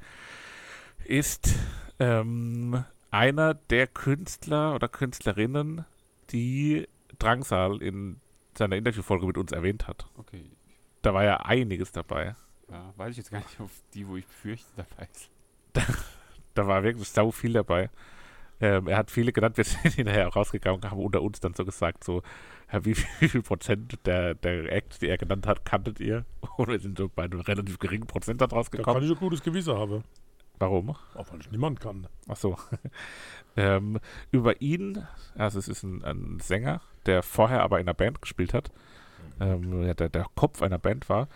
S1: ist ähm, einer der Künstler oder Künstlerinnen, die Drangsal in seiner Interviewfolge mit uns erwähnt hat.
S3: Okay.
S1: Da war ja einiges dabei.
S3: Ja, weiß ich jetzt gar nicht, ob die, wo ich befürchte, dabei ist.
S1: Da war wirklich sau viel dabei. Ähm, er hat viele genannt, wir sind hinterher auch rausgegangen und haben unter uns dann so gesagt, so, ja, wie, viel- wie viel Prozent der, der Acts, die er genannt hat, kanntet ihr? Und wir sind so bei einem relativ geringen Prozentsatz
S2: Da kann
S1: rausgekommen.
S2: ich ein gutes Gewissen haben.
S1: Warum?
S2: Auch weil ich niemand kann.
S1: Ach so. ähm, über ihn, also es ist ein, ein Sänger, der vorher aber in einer Band gespielt hat, ähm, ja, der, der Kopf einer Band war,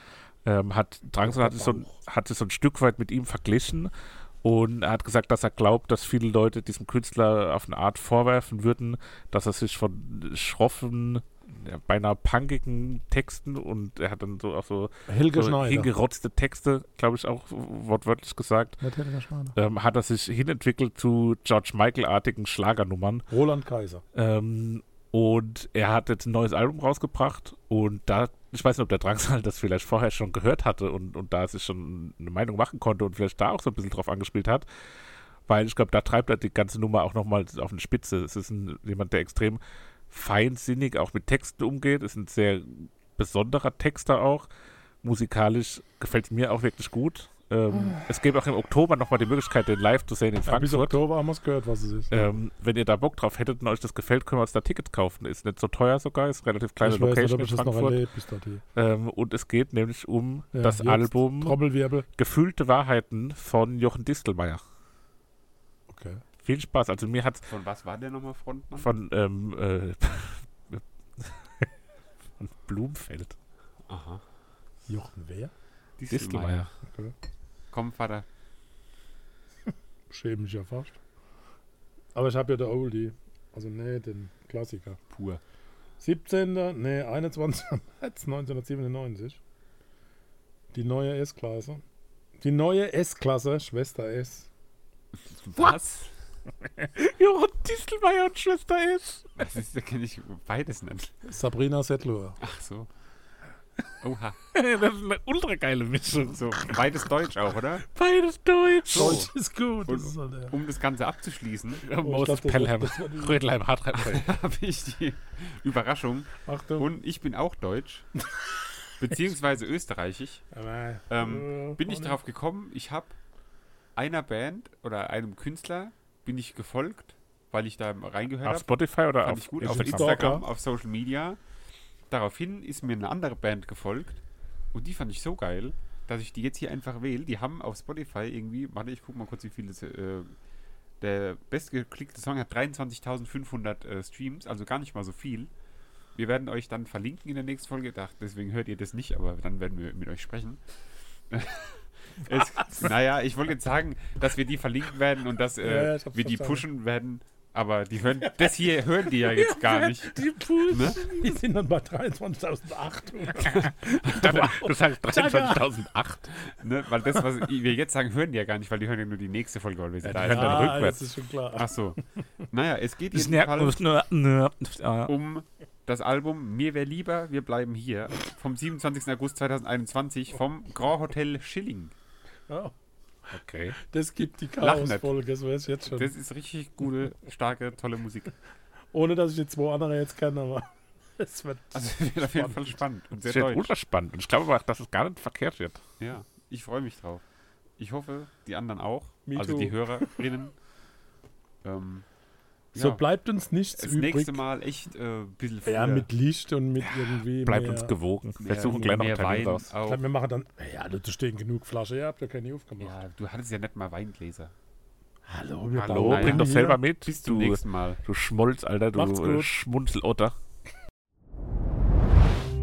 S1: ähm, hat Drangsal hat es, so, ein- hat es so ein Stück weit mit ihm verglichen und er hat gesagt, dass er glaubt, dass viele Leute diesem Künstler auf eine Art vorwerfen würden, dass er sich von schroffen, ja, beinahe punkigen Texten und er hat dann so auch so,
S2: Helge
S1: so
S2: Schneider.
S1: hingerotzte Texte, glaube ich, auch wortwörtlich gesagt
S2: Nicht Helge Schneider.
S1: ähm, hat er sich hinentwickelt zu George Michael-artigen Schlagernummern.
S2: Roland Kaiser. Äh,
S1: Ähm, und er hat jetzt ein neues Album rausgebracht und da, ich weiß nicht, ob der Drangsal das vielleicht vorher schon gehört hatte und, und da sich schon eine Meinung machen konnte und vielleicht da auch so ein bisschen drauf angespielt hat, weil ich glaube, da treibt er die ganze Nummer auch nochmal auf eine Spitze. Es ist ein, jemand, der extrem feinsinnig auch mit Texten umgeht, ist ein sehr besonderer Texter auch. Musikalisch gefällt es mir auch wirklich gut. Ähm, es gäbe auch im Oktober nochmal die Möglichkeit, den live zu sehen in
S2: Ja, bis
S1: Frankfurt.
S2: Oktober haben wir es gehört, was es ist.
S1: Ähm, wenn ihr da Bock drauf hättet und euch das gefällt, können wir uns da Tickets kaufen. Ist nicht so teuer sogar, ist relativ kleine
S2: ich weiß nicht,
S1: Location
S2: ob ich
S1: in
S2: das noch
S1: Frankfurt.
S2: erlebt bis dorthin.
S1: Ähm, und es geht nämlich um
S2: Ja,
S1: das
S2: jetzt
S1: Album
S2: Trommelwirbel.
S1: Gefühlte Wahrheiten von Jochen Distelmeier.
S2: Okay.
S1: Viel Spaß. Also mir hat
S3: Von was war der nochmal Frontmann?
S1: von, ähm, äh, von Blumfeld.
S3: Aha.
S2: Jochen wer?
S1: Distelmeier.
S3: Komm, Vater.
S2: Schäme mich ja fast. Aber ich habe ja der Oldie. Also nee, den Klassiker.
S3: Pur.
S2: 17. Nee, 21. März 1997. Die neue S-Klasse. Die neue S-Klasse, Schwester S.
S3: Was?
S1: Jochen Distelmeier und Schwester S.
S3: Das ist, da kenne ich beides nicht.
S2: Sabrina Settler.
S3: Ach so. Oha.
S1: das ist eine ultra geile Mischung.
S3: So, beides Deutsch auch, oder?
S1: Beides Deutsch.
S3: So.
S2: Deutsch ist gut. Das ist halt der.
S3: Um das Ganze abzuschließen,
S1: Moses
S2: ich glaub, das-
S1: Pelham,
S2: das war die-
S1: Rödelheim, Hartheim.
S3: habe ich die Überraschung.
S2: Achtung.
S3: Und ich bin auch deutsch. beziehungsweise österreichisch. Ähm, bin ich darauf gekommen, ich habe einer Band oder einem Künstler bin ich gefolgt, weil ich da reingehört
S1: Auf
S3: habe.
S1: Spotify oder
S3: Fand
S1: auf
S3: ich gut auf
S2: Instagram.
S3: Instagram,
S2: Stalker.
S3: auf Social Media. Daraufhin ist mir eine andere Band gefolgt und die fand ich so geil, dass ich die jetzt hier einfach wähle. Die haben auf Spotify irgendwie, warte, ich guck mal kurz, wie viele. es, Äh, der bestgeklickte Song hat 23.500 äh, Streams, also gar nicht mal so viel. Wir werden euch dann verlinken in der nächsten Folge. Ach, deswegen hört ihr das nicht, aber dann werden wir mit euch sprechen. es, naja, ich wollte jetzt sagen, dass wir die verlinken werden und dass äh,
S2: Ja, ja, ich hab's
S3: wir die
S2: verstanden.
S3: pushen werden, aber die hören, das hier hören die ja jetzt gar nicht.
S2: Die Puls.
S3: Ne?
S2: Die sind dann bei 23.800.
S1: Das heißt 23.008.
S3: Ne? Weil das, was wir jetzt sagen, hören die ja gar nicht, weil die hören ja nur die nächste Folge, weil wir sie
S1: Ja,
S3: da
S1: die hören
S3: erst-
S1: dann
S2: Ah,
S1: rückwärts.
S2: Das ist schon klar.
S3: Ach so. Naja, es geht
S1: Das nervt
S3: jedenfalls
S1: uns nur- nur- äh,
S3: um das Album Mir wär lieber, wir bleiben hier vom 27. August 2021 vom Grand Hotel Schilling.
S2: Ja,
S1: Okay.
S2: oh. Das gibt die
S3: Lach nicht.
S2: Chaos-Folge, das weiß ich jetzt schon.
S3: Das ist richtig gute, starke, tolle Musik.
S2: Ohne, dass ich jetzt zwei andere jetzt kenne, aber es wird
S3: Also wird auf jeden Fall spannend und
S1: Das
S3: sehr
S1: ist jetzt
S3: deutsch.
S1: unterspannend. Und ich glaube aber, dass es gar nicht verkehrt wird.
S3: Ja, ich freue mich drauf. Ich hoffe, die anderen auch,
S2: Me
S3: also
S2: too.
S3: die Hörerinnen. Ähm,
S2: So
S3: ja,
S2: bleibt uns nichts
S3: das
S2: übrig.
S3: nächste Mal echt äh, ein bisschen früher.
S2: ja, mit Licht und mit irgendwie.
S1: Bleibt
S2: mehr-
S1: uns gewogen.
S3: mehr,
S1: Wir suchen gleich noch einen
S3: mehr
S1: Termin
S3: Wein
S1: raus.
S2: Ich
S3: auch.
S2: glaub, wir machen dann. Ja, da stehen genug Flaschen. Ihr habt ja keine aufgemacht.
S3: Ja, du hattest ja nicht mal Weingläser.
S2: Hallo, wir
S3: Hallo,
S1: Hallo,
S3: naja.
S1: bring doch selber mit.
S3: Bis zum
S1: du,
S3: nächsten Mal.
S1: du Schmolz, Alter, du
S2: Macht's gut.
S1: äh, Schmunzelotter.